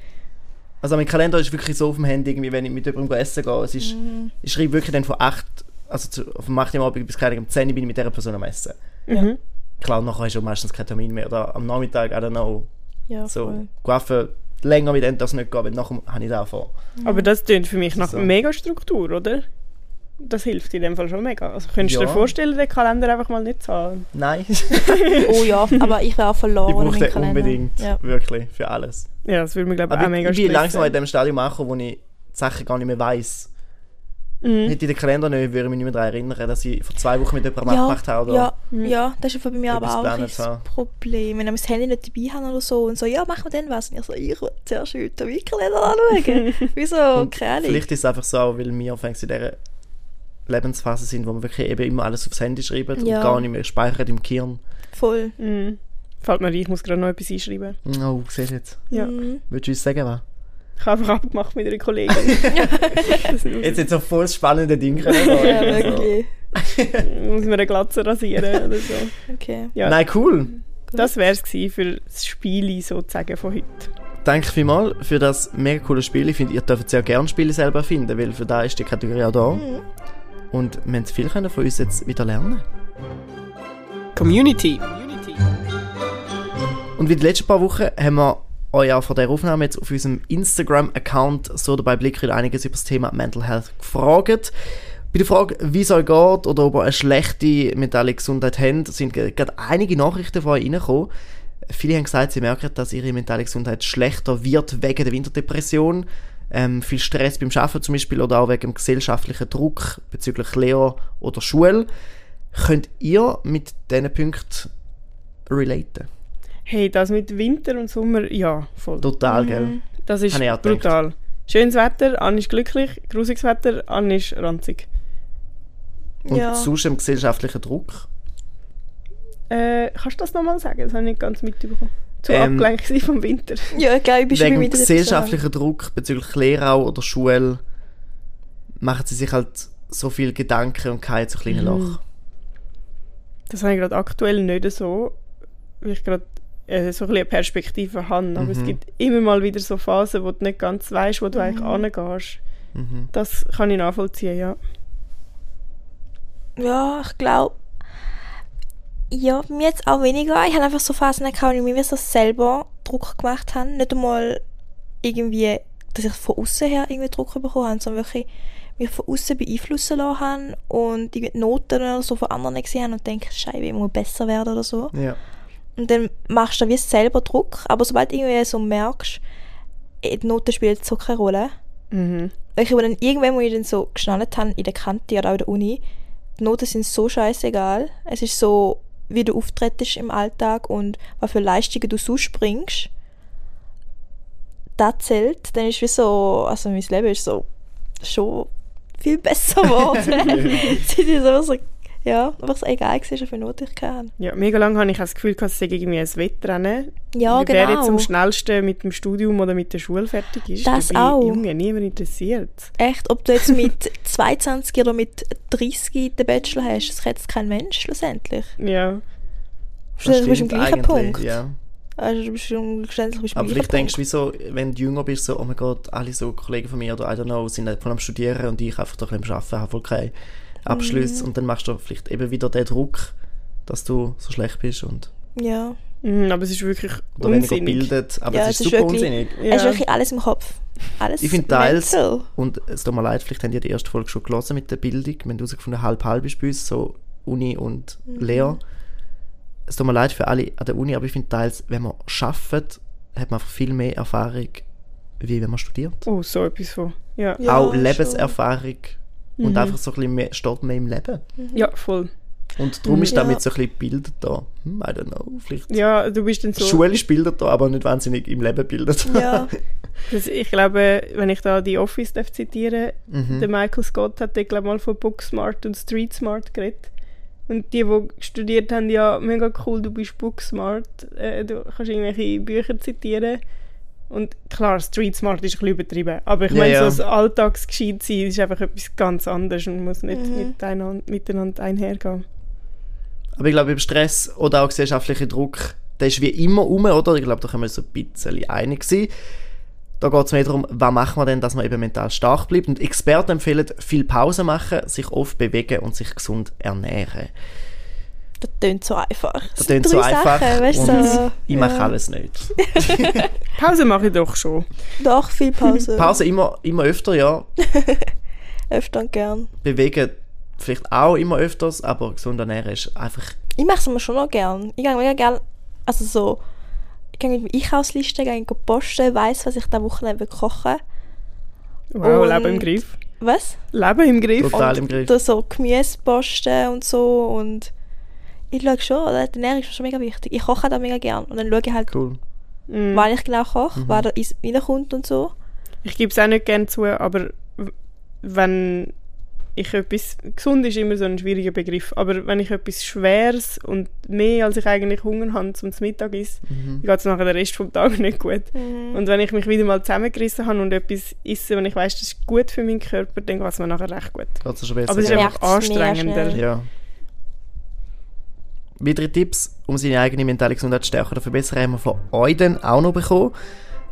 [SPEAKER 1] Also mein Kalender ist wirklich so auf dem Handy, irgendwie, wenn ich mit jemandem essen gehe. Es ist,
[SPEAKER 3] Mhm.
[SPEAKER 1] Ich schreibe wirklich dann von 8, also zu, von 8 am Abend bis keine Ahnung, um 10 Uhr bin ich mit dieser Person am Essen.
[SPEAKER 2] Mhm.
[SPEAKER 1] Klar, nachher ist ja meistens kein Termin mehr. Oder am Nachmittag, I don't know.
[SPEAKER 3] Ja,
[SPEAKER 1] So,
[SPEAKER 3] voll.
[SPEAKER 1] Coiffeur, länger mit dem darf es nicht gehen, weil nachher habe ich da vor.
[SPEAKER 2] Aber das tönt für mich nach
[SPEAKER 1] So.
[SPEAKER 2] mega Struktur, oder? Das hilft in dem Fall schon mega. Also könntest du dir
[SPEAKER 1] Ja.
[SPEAKER 2] vorstellen, den Kalender einfach mal nicht zu haben?
[SPEAKER 1] Nein, ich
[SPEAKER 3] Oh ja, aber ich wäre auch verloren.
[SPEAKER 1] brauche
[SPEAKER 3] im
[SPEAKER 1] den
[SPEAKER 3] Kalender.
[SPEAKER 1] unbedingt.
[SPEAKER 3] Ja.
[SPEAKER 1] Wirklich, für alles.
[SPEAKER 2] Ja, das würde mir glaube ich
[SPEAKER 1] Aber
[SPEAKER 2] auch Ah, mega
[SPEAKER 1] ich, ich bin
[SPEAKER 2] stressen.
[SPEAKER 1] langsam in dem Stadium angekommen, wo ich die Sachen gar nicht mehr weiss.
[SPEAKER 2] Mhm.
[SPEAKER 1] Hätte ich den Kalender nicht, würde ich mich nicht mehr daran erinnern, dass ich vor zwei Wochen mit jemandem
[SPEAKER 3] ja,
[SPEAKER 1] abgemacht habe. Oder
[SPEAKER 3] Ja, ja, das ist bei mir
[SPEAKER 1] Etwas
[SPEAKER 3] aber auch ein
[SPEAKER 1] planen zu
[SPEAKER 3] bisschen das Problem. Wenn ich das Handy nicht dabei habe oder so und so, ja, machen wir dann was. Und ich so, ich will zuerst heute den Wickelkalender anschauen. Wieso?
[SPEAKER 1] Und
[SPEAKER 3] Keine Ahnung.
[SPEAKER 1] Vielleicht ist es einfach so, auch, weil wir anfangs in dieser Lebensphase sind, wo wir wirklich eben immer alles aufs Handy schreiben
[SPEAKER 3] Ja.
[SPEAKER 1] und gar nicht mehr speichern im Gehirn.
[SPEAKER 3] Voll.
[SPEAKER 2] Mhm. Fällt mir ein, ich muss gerade noch etwas einschreiben.
[SPEAKER 1] Oh, siehst du jetzt.
[SPEAKER 2] Ja.
[SPEAKER 3] Mhm.
[SPEAKER 1] Würdest du uns sagen, was?
[SPEAKER 2] Ich habe einfach abgemacht mit einer Kollegin.
[SPEAKER 1] Jetzt
[SPEAKER 2] Das muss,
[SPEAKER 1] jetzt so voll das spannende Ding. können.
[SPEAKER 3] Ja,
[SPEAKER 1] Also.
[SPEAKER 3] wirklich.
[SPEAKER 2] muss mir eine Glatze rasieren oder so.
[SPEAKER 3] Okay.
[SPEAKER 2] Ja.
[SPEAKER 1] Nein, cool.
[SPEAKER 2] Das wäre es für das Spiel sozusagen von heute.
[SPEAKER 1] Danke vielmals für das mega coole Spiel. Ich finde, ihr dürft sehr gerne Spiele selber finden, weil für da ist die Kategorie auch
[SPEAKER 3] Mhm.
[SPEAKER 1] da. Und wir haben viel können von uns jetzt wieder lernen.
[SPEAKER 5] Community.
[SPEAKER 1] Und wie die letzten paar Wochen haben wir euch auch vor der Aufnahme jetzt auf unserem Instagram-Account so dabei Blick wieder einiges über das Thema Mental Health gefragt. Bei der Frage, wie es euch geht oder ob ihr eine schlechte mentale Gesundheit habt, sind ge- gerade einige Nachrichten von euch reingekommen. Viele haben gesagt, sie merken, dass ihre mentale Gesundheit schlechter wird wegen der Winterdepression, ähm, viel Stress beim Arbeiten zum Beispiel oder auch wegen dem gesellschaftlichen Druck bezüglich Lehre oder Schule. Könnt ihr mit diesen Punkten relaten?
[SPEAKER 2] Hey, das mit Winter und Sommer, ja, voll.
[SPEAKER 1] Total, gell?
[SPEAKER 3] Mhm.
[SPEAKER 2] Das ist
[SPEAKER 1] Habe ich auch gedacht.
[SPEAKER 2] brutal. Schönes Wetter, Anne ist glücklich. Grusiges Wetter, Anne ist ranzig.
[SPEAKER 1] Und
[SPEAKER 3] Ja.
[SPEAKER 1] sonst im gesellschaftlichen Druck.
[SPEAKER 2] Äh, kannst du das nochmal sagen? Das habe ich nicht ganz mitbekommen. Zu
[SPEAKER 1] Ähm,
[SPEAKER 2] abgelenkt gewesen vom Winter.
[SPEAKER 3] Ja, geil, ich bin schon
[SPEAKER 1] Wegen
[SPEAKER 3] wieder
[SPEAKER 1] dem gesellschaftlichen Druck bezüglich Lehrau oder Schule machen sie sich halt so viel Gedanken und kein so
[SPEAKER 3] Mhm.
[SPEAKER 1] kleines Loch.
[SPEAKER 2] Das habe ich gerade aktuell nicht so, weil ich gerade äh, so ein bisschen eine Perspektive habe. Aber
[SPEAKER 1] Mhm.
[SPEAKER 2] es gibt immer mal wieder so Phasen, wo du nicht ganz weißt, wo du eigentlich
[SPEAKER 3] Mhm.
[SPEAKER 2] angehst.
[SPEAKER 1] Mhm.
[SPEAKER 2] Das kann ich nachvollziehen, ja.
[SPEAKER 3] Ja, ich glaube. Ja, mir jetzt auch weniger. Ich habe einfach so Phasen gehabt, wo ich mir wie so selber Druck gemacht habe. Nicht einmal irgendwie, dass ich von außen her irgendwie Druck bekommen habe, sondern wirklich mich von außen beeinflussen lassen habe und irgendwie die Noten oder so von anderen gesehen habe und denke, Scheiße, ich muss besser werden oder so.
[SPEAKER 1] Ja.
[SPEAKER 3] Und dann machst du dann wie selber Druck, aber sobald du irgendwie so merkst, eh, die Noten spielen so keine Rolle,
[SPEAKER 2] Mhm.
[SPEAKER 3] ich aber dann irgendwann, wo ich dann so geschnallt habe, in der Kante oder auch in der Uni, die Noten sind so scheißegal. Es ist so, wie du auftrittst im Alltag und was für Leistungen du sonst bringst, das zählt, dann ist wie so, also mein Leben ist so schon viel besser geworden. Seit ich so, so ja, aber es egal war, wie Not ich hatte.
[SPEAKER 2] Ja, mega lange habe ich auch das Gefühl, gehabt, es sei irgendwie ein Wettrennen.
[SPEAKER 3] Ja,
[SPEAKER 2] Wer Wer
[SPEAKER 3] genau.
[SPEAKER 2] jetzt am schnellsten mit dem Studium oder mit der Schule fertig ist,
[SPEAKER 3] Das
[SPEAKER 2] dabei,
[SPEAKER 3] auch.
[SPEAKER 2] Junge, niemand interessiert.
[SPEAKER 3] Echt, ob du jetzt mit 22 oder mit 30 den Bachelor hast, das kennt kein Mensch schlussendlich.
[SPEAKER 2] Ja.
[SPEAKER 3] Schlussendlich bist du am gleichen
[SPEAKER 1] eigentlich,
[SPEAKER 3] um Punkt.
[SPEAKER 1] Ja.
[SPEAKER 3] Also, du bist schlussendlich bist du am
[SPEAKER 1] Aber
[SPEAKER 3] gleichen
[SPEAKER 1] vielleicht denkst du, wieso, wenn du jünger bist, so, oh mein Gott, alle so Kollegen von mir oder I don't know, sind halt voll am Studieren und ich einfach doch am Arbeiten, habe voll keinen
[SPEAKER 3] Mhm.
[SPEAKER 1] Abschluss. Und dann machst du vielleicht eben wieder den Druck, dass du so schlecht bist und
[SPEAKER 3] Ja.
[SPEAKER 2] Mhm, aber es ist wirklich
[SPEAKER 1] oder weniger
[SPEAKER 2] unsinnig.
[SPEAKER 1] bildet. Aber
[SPEAKER 3] Ja,
[SPEAKER 1] es ist,
[SPEAKER 3] es ist
[SPEAKER 1] super
[SPEAKER 3] wirklich-
[SPEAKER 1] unsinnig.
[SPEAKER 3] Es ist
[SPEAKER 2] Ja.
[SPEAKER 3] Also, wirklich alles im Kopf. Alles
[SPEAKER 1] Ich finde teils,
[SPEAKER 3] mental.
[SPEAKER 1] und es tut mir leid, vielleicht habt ihr die erste Folge schon gelesen mit der Bildung. Wir haben herausgefunden, halb-halb ist bei uns, so Uni und Lehre. Es tut mir leid für alle an der Uni, aber ich finde teils, wenn man arbeitet, hat man einfach viel mehr Erfahrung, wie wenn man studiert.
[SPEAKER 2] Oh, so etwas von. Ja,
[SPEAKER 3] Ja,
[SPEAKER 1] auch
[SPEAKER 3] schon.
[SPEAKER 1] Lebenserfahrung und
[SPEAKER 2] Mhm.
[SPEAKER 1] einfach so ein bisschen mehr, steht mehr im Leben.
[SPEAKER 2] ja voll.
[SPEAKER 1] Und darum ist
[SPEAKER 3] Ja.
[SPEAKER 1] damit so ein bisschen bildet da. Hm, I don't know, vielleicht.
[SPEAKER 2] Ja, du bist dann so...
[SPEAKER 1] Schulisch bildet da, aber nicht wahnsinnig im Leben bildet.
[SPEAKER 3] Ja.
[SPEAKER 2] Das, ich glaube, wenn ich da die Office darf zitieren
[SPEAKER 1] Mhm.
[SPEAKER 2] der Michael Scott hat glaube mal von Booksmart und Street Smart geredet. Und die, die studiert haben, ja, mega cool, du bist Booksmart, äh, du kannst irgendwelche Bücher zitieren. Und klar, Street Smart ist ein bisschen übertrieben, aber ich
[SPEAKER 1] Ja,
[SPEAKER 2] meine,
[SPEAKER 1] ja.
[SPEAKER 2] so das Alltagsgescheit sein ist einfach etwas ganz anderes und muss nicht miteinander, miteinander einhergehen.
[SPEAKER 1] Aber ich glaube, über Stress oder auch gesellschaftlichen Druck, der ist wie immer um, oder? Ich glaube, da können wir so ein bisschen einig sein. Da geht es mehr darum, was machen wir denn, dass man eben mental stark bleibt. Und Experten empfehlen, viel Pause machen, sich oft bewegen und sich gesund ernähren.
[SPEAKER 3] Das tönt so einfach.
[SPEAKER 1] Das klingt so einfach
[SPEAKER 3] weißt,
[SPEAKER 1] und
[SPEAKER 3] so,
[SPEAKER 1] Ich mache alles nicht.
[SPEAKER 2] Pause mache ich doch schon.
[SPEAKER 3] Doch, viel Pause.
[SPEAKER 1] Pause immer, immer öfter, ja.
[SPEAKER 3] Öfter und gern.
[SPEAKER 1] bewegen vielleicht auch immer öfters, aber gesund ernähren ist einfach
[SPEAKER 3] Ich mache es immer schon noch gern. Ich gehe mega gern, also so, ich gehe mit meiner Einkaufsliste, gehe posten, weiss, was ich da Wochenende koche.
[SPEAKER 2] Wow,
[SPEAKER 3] Und-
[SPEAKER 2] Leben im Griff.
[SPEAKER 3] Was?
[SPEAKER 2] Leben im Griff.
[SPEAKER 1] total im Griff.
[SPEAKER 3] Da so Gemüse posten und so und ich schaue schon, oder? die Ernährung ist mir schon mega wichtig. Ich koche da mega gern und dann schaue ich halt,
[SPEAKER 1] Cool.
[SPEAKER 2] Mhm.
[SPEAKER 3] wann ich genau koche, wann er is- reinkommt und so.
[SPEAKER 2] Ich gebe es auch nicht gerne zu, aber w- wenn ich etwas. Gesund ist immer so ein schwieriger Begriff, aber wenn ich etwas Schweres und mehr als ich eigentlich Hunger habe zum Mittag ist,
[SPEAKER 1] Mhm.
[SPEAKER 2] geht es nachher den Rest vom Tag nicht gut. Und wenn ich mich wieder mal zusammengerissen habe und etwas esse, wenn ich weiß, das ist gut für meinen Körper, dann geht es mir nachher recht gut.
[SPEAKER 1] Geht's dir schon besser.
[SPEAKER 2] Aber es ist
[SPEAKER 1] gell?
[SPEAKER 3] ja-
[SPEAKER 2] einfach
[SPEAKER 3] merkt's mega
[SPEAKER 2] anstrengender.
[SPEAKER 3] schnell.
[SPEAKER 1] ja. Weitere Tipps, um seine eigene mentale Gesundheit zu stärken oder verbessern, haben wir von euch dann auch noch bekommen.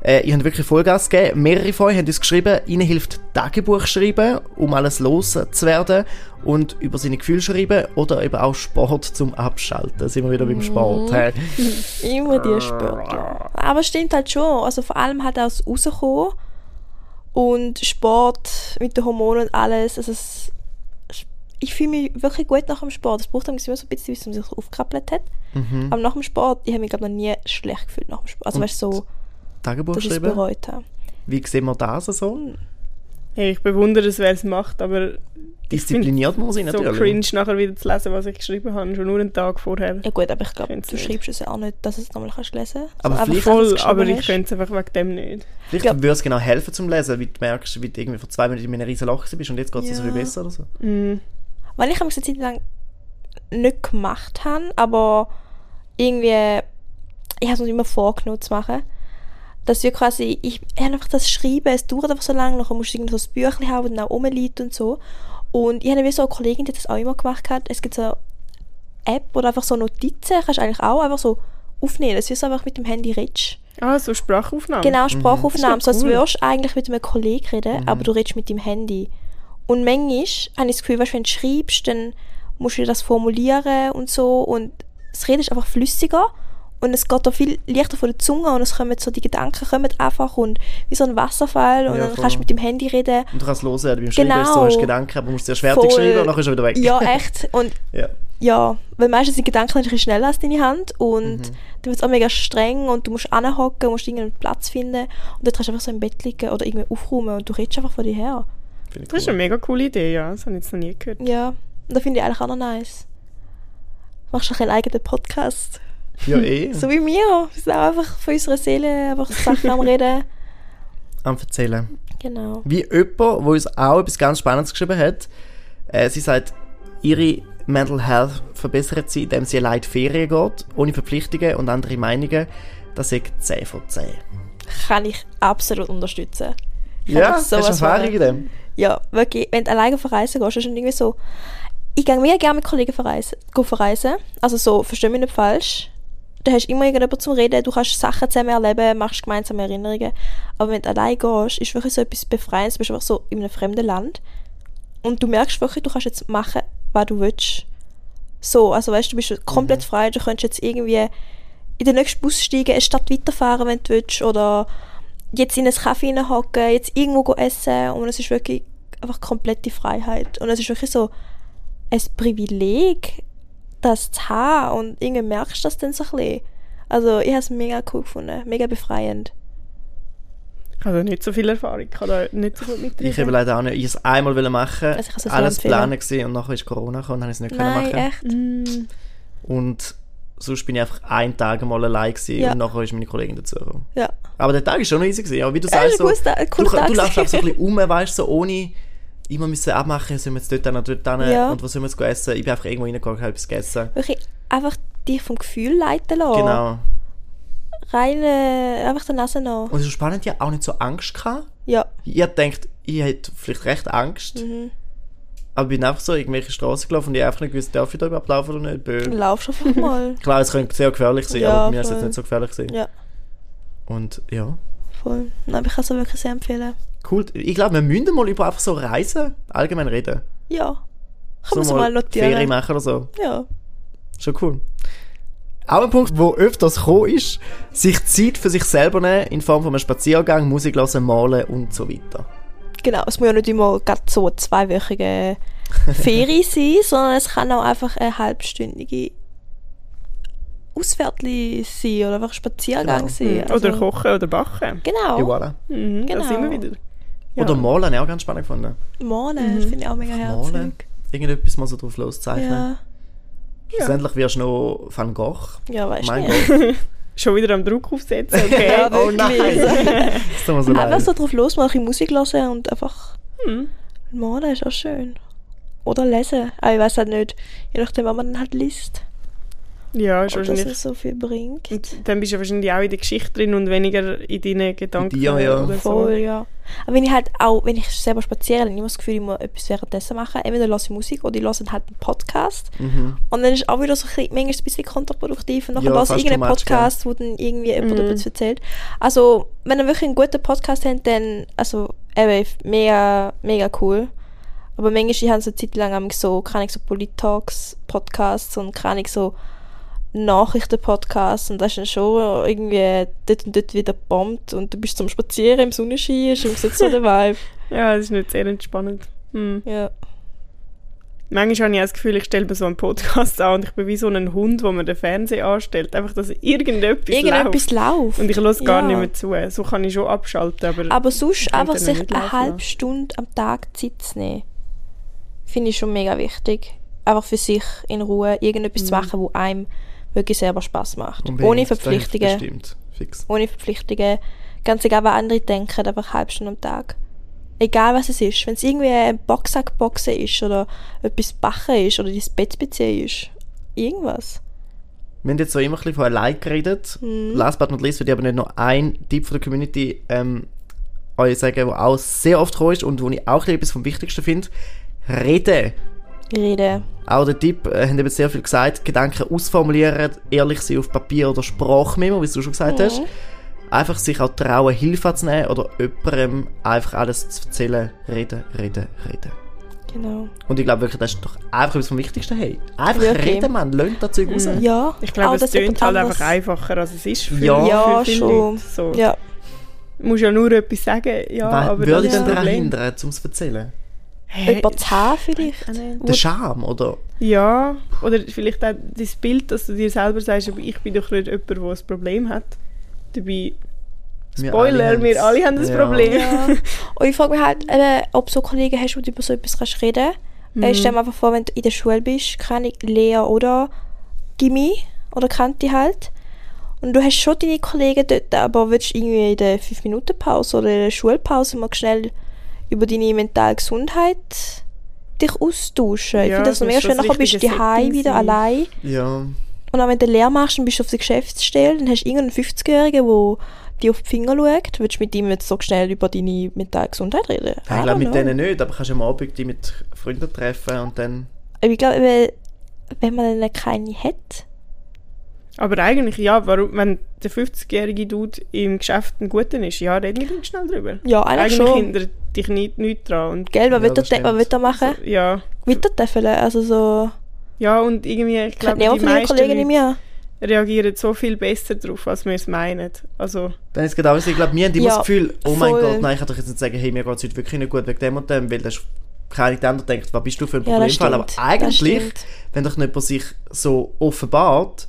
[SPEAKER 1] Äh, ihr habt wirklich Vollgas gegeben. Mehrere von euch haben uns geschrieben, ihnen hilft Tagebuch schreiben, um alles loszuwerden und über seine Gefühle schreiben oder eben auch Sport zum Abschalten. Da sind wir wieder beim
[SPEAKER 3] Mhm.
[SPEAKER 1] Sport. hä?
[SPEAKER 3] Immer die Sportler. Aber stimmt halt schon. Also vor allem halt auch das Rauskommen und Sport mit den Hormonen und alles. Also es, ich fühle mich wirklich gut nach dem Sport. Es braucht dann immer so ein bisschen, bis man sich aufgerappelt hat.
[SPEAKER 2] Mhm.
[SPEAKER 3] Aber nach dem Sport, ich habe mich glaube noch nie schlecht gefühlt nach dem Sport. Also
[SPEAKER 1] Und
[SPEAKER 3] weißt du, so,
[SPEAKER 1] Tagebuch
[SPEAKER 3] dass ich es
[SPEAKER 1] schreiben.
[SPEAKER 3] bereut habe.
[SPEAKER 1] Wie sehen wir das so?
[SPEAKER 2] Hey, ich bewundere es, wer es macht, aber
[SPEAKER 1] Diszipliniert muss ich
[SPEAKER 2] so
[SPEAKER 1] natürlich.
[SPEAKER 2] cringe nachher wieder zu lesen, was ich geschrieben habe, schon nur einen Tag vorher.
[SPEAKER 3] Ja gut, aber ich glaube,
[SPEAKER 2] Find's
[SPEAKER 3] du
[SPEAKER 2] nicht.
[SPEAKER 3] schreibst es ja auch nicht, dass du es nochmal kannst lesen kannst.
[SPEAKER 1] Aber vielleicht-
[SPEAKER 2] Voll, aber ich könnte es einfach wegen dem nicht.
[SPEAKER 1] Vielleicht
[SPEAKER 3] Ja.
[SPEAKER 1] würde es genau helfen zum Lesen, weil du merkst, wie du irgendwie vor zwei Minuten in einem riesen Loch gewesen bist und jetzt geht es dir so viel
[SPEAKER 3] Ja.
[SPEAKER 1] besser oder so.
[SPEAKER 2] Mhm.
[SPEAKER 3] Weil ich habe eine Zeit lang nicht gemacht habe, aber irgendwie, ich habe es mir immer vorgenommen zu machen, dass wir quasi, ich ich habe einfach das Schreiben, es dauert einfach so lange, nachher musst du irgendwie so ein Büchlein haben, das dann auch rumliegt und so. Und ich habe wie so eine Kollegin, die das auch immer gemacht hat, es gibt so eine App oder einfach so Notizen, kannst du eigentlich auch einfach so aufnehmen, dass du so einfach mit dem Handy redest.
[SPEAKER 2] Ah, so Sprachaufnahmen.
[SPEAKER 3] Genau, Sprachaufnahmen.
[SPEAKER 2] Das
[SPEAKER 3] So
[SPEAKER 2] ist
[SPEAKER 3] als
[SPEAKER 2] cool.
[SPEAKER 3] würdest du eigentlich mit einem Kollegen reden, aber du redest mit deinem Handy. Und manchmal habe ich das Gefühl, weißt, wenn du schreibst, dann musst du das formulieren und so. Und das Reden ist einfach flüssiger und es geht da viel leichter von der Zunge und es kommen so die Gedanken kommen einfach und wie so ein Wasserfall und
[SPEAKER 1] Ja,
[SPEAKER 3] dann
[SPEAKER 1] voll.
[SPEAKER 3] kannst du mit dem Handy reden.
[SPEAKER 1] Und du kannst es hören, beim Schreiben ist so,
[SPEAKER 3] Genau.
[SPEAKER 1] hast du Gedanken, aber du musst es erst fertig
[SPEAKER 3] Voll.
[SPEAKER 1] schreiben und dann ist er wieder weg.
[SPEAKER 3] Ja, äh, echt. Und
[SPEAKER 1] Ja.
[SPEAKER 3] ja, weil meistens sind die Gedanken ein bisschen schneller als deine Hand und
[SPEAKER 1] Mhm.
[SPEAKER 3] dann wird es auch mega streng und du musst anhocken, musst irgendeinen Platz finden und dann kannst du einfach so im Bett liegen oder irgendwie aufräumen und du redest einfach von dir her.
[SPEAKER 1] Finde ich
[SPEAKER 2] Das ist
[SPEAKER 1] cool.
[SPEAKER 2] eine mega coole Idee, ja. Das habe ich jetzt noch nie gehört.
[SPEAKER 3] Ja, und das finde ich eigentlich auch noch nice. machst doch einen eigenen Podcast.
[SPEAKER 1] Ja, eh.
[SPEAKER 3] So wie wir. Wir sind auch einfach von unserer Seele einfach Sachen am Reden.
[SPEAKER 1] Am Erzählen.
[SPEAKER 3] Genau.
[SPEAKER 1] wie jemand, der uns auch etwas ganz Spannendes geschrieben hat. Äh, sie sagt, ihre Mental Health verbessert sie, indem sie allein in die Ferien geht, ohne Verpflichtungen und andere Meinungen. Das ist 10 von 10.
[SPEAKER 3] Kann ich absolut unterstützen. Ich kann
[SPEAKER 1] Ja,
[SPEAKER 3] das
[SPEAKER 1] so hast du
[SPEAKER 3] von-
[SPEAKER 1] Erfahrung in dem?
[SPEAKER 3] Ja, wirklich. Wenn du alleine verreisen gehst, ist es irgendwie so. Ich gehe mega gerne mit Kollegen verreisen. go verreisen. Also so, versteh mich nicht falsch. Da hast du immer irgendjemanden zum Reden, du kannst Sachen zusammen erleben, machst gemeinsame Erinnerungen. Aber wenn du alleine gehst, ist wirklich so etwas Befreiendes. Du bist einfach so in einem fremden Land. Und du merkst wirklich, du kannst jetzt machen, was du willst. So, also weißt du, du bist komplett frei. Du könntest jetzt irgendwie in den nächsten Bus steigen, eine Stadt weiterfahren, wenn du willst. Oder jetzt in ein Kaffee hocken, jetzt irgendwo go essen und es ist wirklich einfach komplette Freiheit und es ist wirklich so ein Privileg, das zu haben und irgendwie merkst du das dann so ein bisschen. Also ich habe es mega cool gefunden, mega befreiend.
[SPEAKER 2] Also nicht so viel Erfahrung, ich kann da nicht so gut mitreden.
[SPEAKER 1] Ich habe leider auch nicht, ich es einmal wollen machen,
[SPEAKER 3] Also ich kann's sehr
[SPEAKER 1] alles
[SPEAKER 3] empfehlen.
[SPEAKER 1] planen gewesen und nachher ist Corona gekommen und dann habe ich es nicht können
[SPEAKER 3] Nein,
[SPEAKER 1] machen.
[SPEAKER 3] echt.
[SPEAKER 2] Mm,
[SPEAKER 1] Und sonst bin ich einfach einen Tag mal allein gewesen
[SPEAKER 3] Ja.
[SPEAKER 1] und nachher ist meine Kollegin dazugekommen.
[SPEAKER 3] Ja.
[SPEAKER 1] Aber der Tag ist schon noch easy gewesen. Aber wie du
[SPEAKER 3] Ja,
[SPEAKER 1] sagst,
[SPEAKER 3] ist
[SPEAKER 1] so,
[SPEAKER 3] ein cooles Ta- ein
[SPEAKER 1] also, du,
[SPEAKER 3] cooler Tag
[SPEAKER 1] du läufst
[SPEAKER 3] gewesen.
[SPEAKER 1] auch so ein bisschen um, weißt du, so ohne immer müssen abmachen, sollen wir jetzt dort hin, dort hin
[SPEAKER 3] Ja.
[SPEAKER 1] und was sollen wir jetzt essen. Ich bin einfach irgendwo reingegangen, habe etwas gegessen.
[SPEAKER 3] Wirklich einfach dich vom Gefühl leiten lassen.
[SPEAKER 1] Genau.
[SPEAKER 3] Rein, äh, einfach der Nase nach.
[SPEAKER 1] Und es ist spannend, ich habe auch nicht so Angst gehabt.
[SPEAKER 3] Ja,
[SPEAKER 1] Ich habe gedacht, ich hätte vielleicht recht Angst.
[SPEAKER 3] Mhm.
[SPEAKER 1] Aber ich bin einfach so irgendwelche Straßen gelaufen und ich habe einfach nicht gewusst, darf ich da überhaupt laufen oder nicht. Bö.
[SPEAKER 3] laufst einfach mal.
[SPEAKER 1] Klar, es könnte sehr gefährlich sein,
[SPEAKER 3] Ja,
[SPEAKER 1] aber mir ist es jetzt
[SPEAKER 3] voll.
[SPEAKER 1] nicht so gefährlich gewesen.
[SPEAKER 3] Ja,
[SPEAKER 1] Und ja,
[SPEAKER 3] voll. Nein, ich kann es auch wirklich sehr empfehlen.
[SPEAKER 1] cool. Ich glaube, wir müssen mal über einfach so Reisen allgemein reden.
[SPEAKER 3] Ja. Kann man so mal
[SPEAKER 1] Ferien
[SPEAKER 3] notieren.
[SPEAKER 1] machen oder so.
[SPEAKER 3] Ja.
[SPEAKER 1] Schon cool. Auch ein Punkt, wo öfters gekommen ist, sich Zeit für sich selber nehmen, in Form von einem Spaziergang, Musik hören, malen und so weiter.
[SPEAKER 3] Genau, es muss ja nicht immer grad so eine zweiwöchige Ferie sein, sondern es kann auch einfach eine halbstündige Auswärtli sein oder einfach Spaziergang
[SPEAKER 1] Genau.
[SPEAKER 3] sein.
[SPEAKER 2] Mhm. Oder
[SPEAKER 3] also,
[SPEAKER 2] kochen oder backen.
[SPEAKER 1] Ja,
[SPEAKER 3] Genau.
[SPEAKER 1] voilà.
[SPEAKER 2] Mhm,
[SPEAKER 3] Genau.
[SPEAKER 2] Das immer wieder. Ja.
[SPEAKER 1] Oder malen, habe ich auch ganz spannend gefunden.
[SPEAKER 3] Malen,
[SPEAKER 2] Mhm.
[SPEAKER 3] das finde ich auch mega
[SPEAKER 1] Einfach malen.
[SPEAKER 3] herzig.
[SPEAKER 1] Irgendetwas mal so drauf loszeichnen.
[SPEAKER 3] Ja,
[SPEAKER 1] Schlussendlich wirst du noch Van Gogh.
[SPEAKER 3] ja weißt
[SPEAKER 1] Mein
[SPEAKER 3] du.
[SPEAKER 1] Gott,
[SPEAKER 2] Schon wieder am Druck aufsetzen, okay.
[SPEAKER 3] Ja,
[SPEAKER 1] Oh
[SPEAKER 3] wirklich.
[SPEAKER 1] das tut mir so
[SPEAKER 3] einfach
[SPEAKER 1] leid.
[SPEAKER 3] so drauf los, mal ein bisschen Musik hören und einfach
[SPEAKER 2] Mhm.
[SPEAKER 3] malen ist auch schön. Oder lesen. Aber ich weiß halt nicht, je nachdem, was man dann halt liest,
[SPEAKER 2] Ja, ist
[SPEAKER 3] ob das
[SPEAKER 2] wahrscheinlich.
[SPEAKER 3] es so viel bringt.
[SPEAKER 2] Und dann bist du wahrscheinlich auch in der Geschichte drin und weniger in deinen Gedanken.
[SPEAKER 1] dir, ja.
[SPEAKER 2] Oder
[SPEAKER 3] Voll,
[SPEAKER 2] so.
[SPEAKER 3] ja. Aber wenn ich halt auch, wenn ich selber spaziere, dann habe ich immer das Gefühl, ich muss etwas währenddessen machen. Entweder höre ich Musik oder ich höre halt einen Podcast.
[SPEAKER 1] Mhm.
[SPEAKER 3] Und dann ist auch wieder so ein bisschen, manchmal ist es ein bisschen kontraproduktiv. Und dann
[SPEAKER 1] Ja,
[SPEAKER 3] höre ich
[SPEAKER 1] fast
[SPEAKER 3] irgendeinen
[SPEAKER 1] too much,
[SPEAKER 3] Podcast, wo dann irgendwie jemand mm.
[SPEAKER 2] Mhm.
[SPEAKER 3] etwas erzählt. Also, wenn ihr wirklich einen guten Podcast habt, dann, also, eben, mega, mega cool. Aber manchmal ich habe so eine Zeit lang am so, kann ich so Polit-Talks, Podcasts und kann ich so Nachrichten-Podcasts und das ist dann schon irgendwie dort und dort wieder bombt und du bist zum Spazieren im Sonnenschein, ist irgendwie so der Vibe.
[SPEAKER 2] Ja, das ist nicht sehr entspannend. Mhm.
[SPEAKER 3] Ja.
[SPEAKER 2] Manchmal habe ich auch das Gefühl, ich stelle mir so einen Podcast an und ich bin wie so ein Hund, wo man den Fernseher anstellt. Einfach, dass irgendetwas, läuft.
[SPEAKER 3] Irgendetwas läuft.
[SPEAKER 2] Und ich höre gar
[SPEAKER 3] Ja.
[SPEAKER 2] nicht mehr zu. So kann ich schon abschalten, aber,
[SPEAKER 3] Aber sonst
[SPEAKER 2] kann
[SPEAKER 3] einfach
[SPEAKER 2] dann
[SPEAKER 3] sich
[SPEAKER 2] nicht
[SPEAKER 3] eine
[SPEAKER 2] laufen
[SPEAKER 3] halbe
[SPEAKER 2] lassen.
[SPEAKER 3] Stunde am Tag Zeit zu nehmen, finde ich schon mega wichtig. Einfach für sich in Ruhe irgendetwas
[SPEAKER 2] Mhm.
[SPEAKER 3] zu machen, wo einem wirklich selber Spaß macht.
[SPEAKER 1] Unbedingt,
[SPEAKER 3] Ohne
[SPEAKER 1] das hilft
[SPEAKER 3] Verpflichtungen.
[SPEAKER 1] Bestimmt, fix.
[SPEAKER 3] Ohne Verpflichtungen. Ganz egal, was andere denken, einfach eine halbe Stunde am Tag. Egal was es ist. Wenn es irgendwie ein Boxsack boxen ist oder etwas backen ist oder dein Bett beziehen ist. Irgendwas.
[SPEAKER 1] Wir haben jetzt so immer ein bisschen von allein geredet.
[SPEAKER 3] Mhm.
[SPEAKER 1] Last but not least würde ich aber nicht noch einen Tipp von der Community ähm, euch sagen, der auch sehr oft gekommen ist und wo ich auch ein bisschen etwas vom Wichtigsten finde. Reden.
[SPEAKER 3] Reden.
[SPEAKER 1] Auch der Tipp, äh, haben eben sehr viel gesagt, Gedanken ausformulieren, ehrlich sein auf Papier oder Sprachmemo, wie du schon gesagt
[SPEAKER 2] Mhm.
[SPEAKER 1] hast. Einfach sich auch trauen, Hilfe zu nehmen oder jemandem einfach alles zu erzählen, reden, reden, reden.
[SPEAKER 3] Genau.
[SPEAKER 1] Und ich glaube wirklich, das ist doch einfach etwas vom Wichtigsten. Hey, einfach
[SPEAKER 3] Wirklich.
[SPEAKER 1] reden, man, lönt das
[SPEAKER 2] Mhm.
[SPEAKER 1] Zeug raus.
[SPEAKER 3] Ja.
[SPEAKER 2] ich glaube,
[SPEAKER 3] auch,
[SPEAKER 2] es
[SPEAKER 3] dass jemand
[SPEAKER 2] tönt halt einfach
[SPEAKER 3] anderes-
[SPEAKER 2] einfacher, als es ist. Für,
[SPEAKER 1] Ja.
[SPEAKER 3] Ja,
[SPEAKER 2] für viele
[SPEAKER 3] schon.
[SPEAKER 2] Leute. So.
[SPEAKER 3] Ja.
[SPEAKER 2] Muss ja nur etwas sagen, ja,
[SPEAKER 1] Was
[SPEAKER 2] aber
[SPEAKER 1] würde
[SPEAKER 2] das
[SPEAKER 1] ich
[SPEAKER 2] ist
[SPEAKER 1] denn
[SPEAKER 2] ein
[SPEAKER 1] daran
[SPEAKER 2] Problem.
[SPEAKER 1] hindern, um es zu erzählen?
[SPEAKER 2] Hey,
[SPEAKER 3] Jemand zu haben vielleicht.
[SPEAKER 1] Der Scham, oder?
[SPEAKER 2] Ja, oder vielleicht auch das Bild, dass du dir selber sagst, aber ich bin doch nicht jemand, der ein Problem hat. Dabei,
[SPEAKER 1] Wir
[SPEAKER 2] Spoiler,
[SPEAKER 1] alle
[SPEAKER 2] wir alle haben
[SPEAKER 1] haben's.
[SPEAKER 2] ein
[SPEAKER 1] Ja.
[SPEAKER 2] Problem.
[SPEAKER 3] Ja. Und ich frage mich halt, eben, ob du so Kollegen hast, wo Äh,
[SPEAKER 2] Mhm.
[SPEAKER 3] du über so etwas kannst reden kannst. Ich stelle mir einfach vor, wenn du in der Schule bist, keine Lehrer oder Gimme oder Kante halt. Und du hast schon deine Kollegen dort, aber willst irgendwie in der 5-Minuten-Pause oder in der Schulpause mal schnell über deine mentale Gesundheit dich austauschen. ich
[SPEAKER 2] Ja,
[SPEAKER 3] finde das
[SPEAKER 2] das
[SPEAKER 3] noch mega
[SPEAKER 2] ist schon
[SPEAKER 3] schön.
[SPEAKER 2] das
[SPEAKER 3] Nachher bist du
[SPEAKER 2] richtige
[SPEAKER 3] daheim
[SPEAKER 2] Setting
[SPEAKER 3] wieder
[SPEAKER 2] sein.
[SPEAKER 3] allein.
[SPEAKER 1] Ja.
[SPEAKER 3] Und auch wenn du Lehre machst, dann bist du auf der Geschäftsstelle, dann hast du irgendeinen 50-Jährigen, der dir auf die Finger schaut. Willst du mit ihm jetzt so schnell über deine mentale Gesundheit reden?
[SPEAKER 1] Ich
[SPEAKER 3] I
[SPEAKER 1] glaube
[SPEAKER 3] don't
[SPEAKER 1] mit
[SPEAKER 3] know.
[SPEAKER 1] denen nicht, aber kannst du am Abend die mit Freunden treffen und dann...
[SPEAKER 3] Aber Ich glaube, weil- wenn man dann keine hat,
[SPEAKER 2] Aber eigentlich ja, warum, wenn der 50-jährige Dude im Geschäft ein guter ist, ja, reden wir dann schnell drüber.
[SPEAKER 3] ja, eigentlich,
[SPEAKER 2] Eigentlich
[SPEAKER 3] schon.
[SPEAKER 2] hindert dich nicht, nicht dran. Und,
[SPEAKER 3] Gell, was
[SPEAKER 1] Ja,
[SPEAKER 3] will er
[SPEAKER 1] das
[SPEAKER 3] de- was
[SPEAKER 1] stimmt.
[SPEAKER 3] will er machen?
[SPEAKER 2] ja.
[SPEAKER 3] Will er daffeln? Also so,
[SPEAKER 2] ja, und irgendwie, ich glaube,
[SPEAKER 3] kennt
[SPEAKER 2] die
[SPEAKER 3] niemand von deinen
[SPEAKER 2] meisten
[SPEAKER 3] Kollegen
[SPEAKER 2] Leute
[SPEAKER 3] in mir.
[SPEAKER 2] reagieren so viel besser drauf, als wir es meinen. Also,
[SPEAKER 1] Dann ist es genau so, ich glaube, wir haben immer
[SPEAKER 3] Ja,
[SPEAKER 1] das Gefühl, oh mein
[SPEAKER 3] voll.
[SPEAKER 1] Gott, nein, ich kann doch jetzt nicht sagen, hey, mir geht es heute wirklich nicht gut wegen dem und dem, weil das ist keine andere denkt, was bist du für ein
[SPEAKER 3] Ja, das
[SPEAKER 1] Problemfall.
[SPEAKER 3] stimmt.
[SPEAKER 1] aber
[SPEAKER 3] das
[SPEAKER 1] eigentlich,
[SPEAKER 3] stimmt.
[SPEAKER 1] wenn doch jemand sich so offenbart,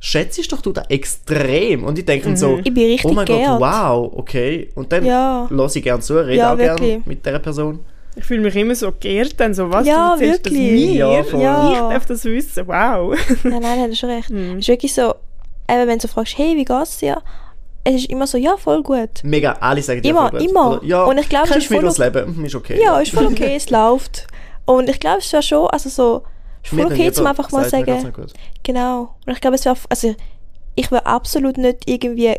[SPEAKER 1] schätzt doch du das extrem. Und ich denke dann so,
[SPEAKER 3] Mhm. Ich bin richtig
[SPEAKER 1] oh mein
[SPEAKER 3] geehrt.
[SPEAKER 1] Gott, wow, okay. Und dann ja.
[SPEAKER 3] Ja.
[SPEAKER 1] ich gerne zu, rede
[SPEAKER 3] Ja,
[SPEAKER 1] auch
[SPEAKER 3] wirklich.
[SPEAKER 1] gerne mit dieser Person.
[SPEAKER 2] ich fühle mich immer so geehrt, dann so, was,
[SPEAKER 3] Ja,
[SPEAKER 2] du erzählst das
[SPEAKER 3] wirklich.
[SPEAKER 2] mir?
[SPEAKER 1] Ja, voll.
[SPEAKER 3] Ja.
[SPEAKER 2] Ich darf das wissen, wow.
[SPEAKER 3] Nein, nein, hast du recht.
[SPEAKER 2] Hm.
[SPEAKER 3] Es ist wirklich so, eben wenn du so fragst, hey, wie geht's dir? Es ist immer so, ja, voll gut.
[SPEAKER 1] Mega, alle sagen dir
[SPEAKER 3] Immer,
[SPEAKER 1] voll gut.
[SPEAKER 3] immer.
[SPEAKER 1] Oder, ja,
[SPEAKER 3] Und ich glaube, es
[SPEAKER 1] kannst
[SPEAKER 3] ist
[SPEAKER 1] du mir
[SPEAKER 3] voll
[SPEAKER 1] das Leben, Hm, ist okay.
[SPEAKER 3] Ja, ist voll okay, es läuft. Und ich glaube, es wäre schon, also so, es ist
[SPEAKER 1] Mir
[SPEAKER 3] voll
[SPEAKER 1] dann
[SPEAKER 3] okay,
[SPEAKER 1] jeder
[SPEAKER 3] zum einfach mal
[SPEAKER 1] sagt, mir geht's
[SPEAKER 3] sagen,
[SPEAKER 1] nicht gut.
[SPEAKER 3] genau. Und ich glaube, es wäre, also ich will absolut nicht irgendwie,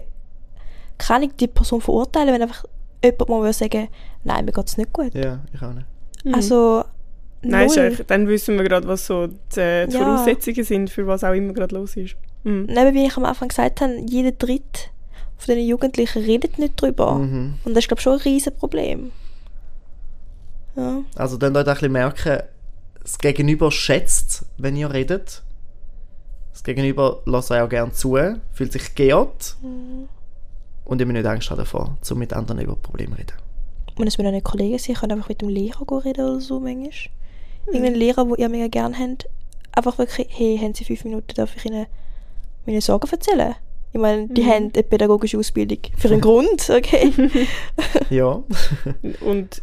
[SPEAKER 3] kann ich die Person verurteilen, wenn einfach jemand mal würde sagen, nein, mir geht's nicht gut.
[SPEAKER 1] Ja, ich auch nicht.
[SPEAKER 3] Also,
[SPEAKER 2] Mhm. Nein, ist
[SPEAKER 3] null.
[SPEAKER 2] eigentlich- dann wissen wir gerade, was so die, äh, die
[SPEAKER 3] Ja.
[SPEAKER 2] Voraussetzungen sind, für was auch immer gerade los ist. Mhm.
[SPEAKER 3] Und eben, wie ich am Anfang gesagt habe, jeder Dritt von den Jugendlichen redet nicht drüber.
[SPEAKER 1] Mhm.
[SPEAKER 3] Und das ist, glaube ich, schon ein riesen Problem. Ja.
[SPEAKER 1] Also dann dort auch ein bisschen merken, das Gegenüber schätzt, wenn ihr redet. Das Gegenüber lässt euch auch gerne zu, fühlt sich geehrt.
[SPEAKER 3] Mhm.
[SPEAKER 1] Und ihr müsst nicht Angst haben davor, um mit anderen über Probleme zu reden.
[SPEAKER 3] Und es müssen auch nicht Kollegen sein, können einfach mit dem Lehrer go reden oder so manchmal. Irgendein Lehrer, den ihr mega gerne habt, einfach wirklich, hey, haben Sie fünf Minuten, darf ich Ihnen meine Sorgen erzählen? Ich meine, die haben eine pädagogische Ausbildung für einen Grund, okay?
[SPEAKER 1] Ja.
[SPEAKER 2] Und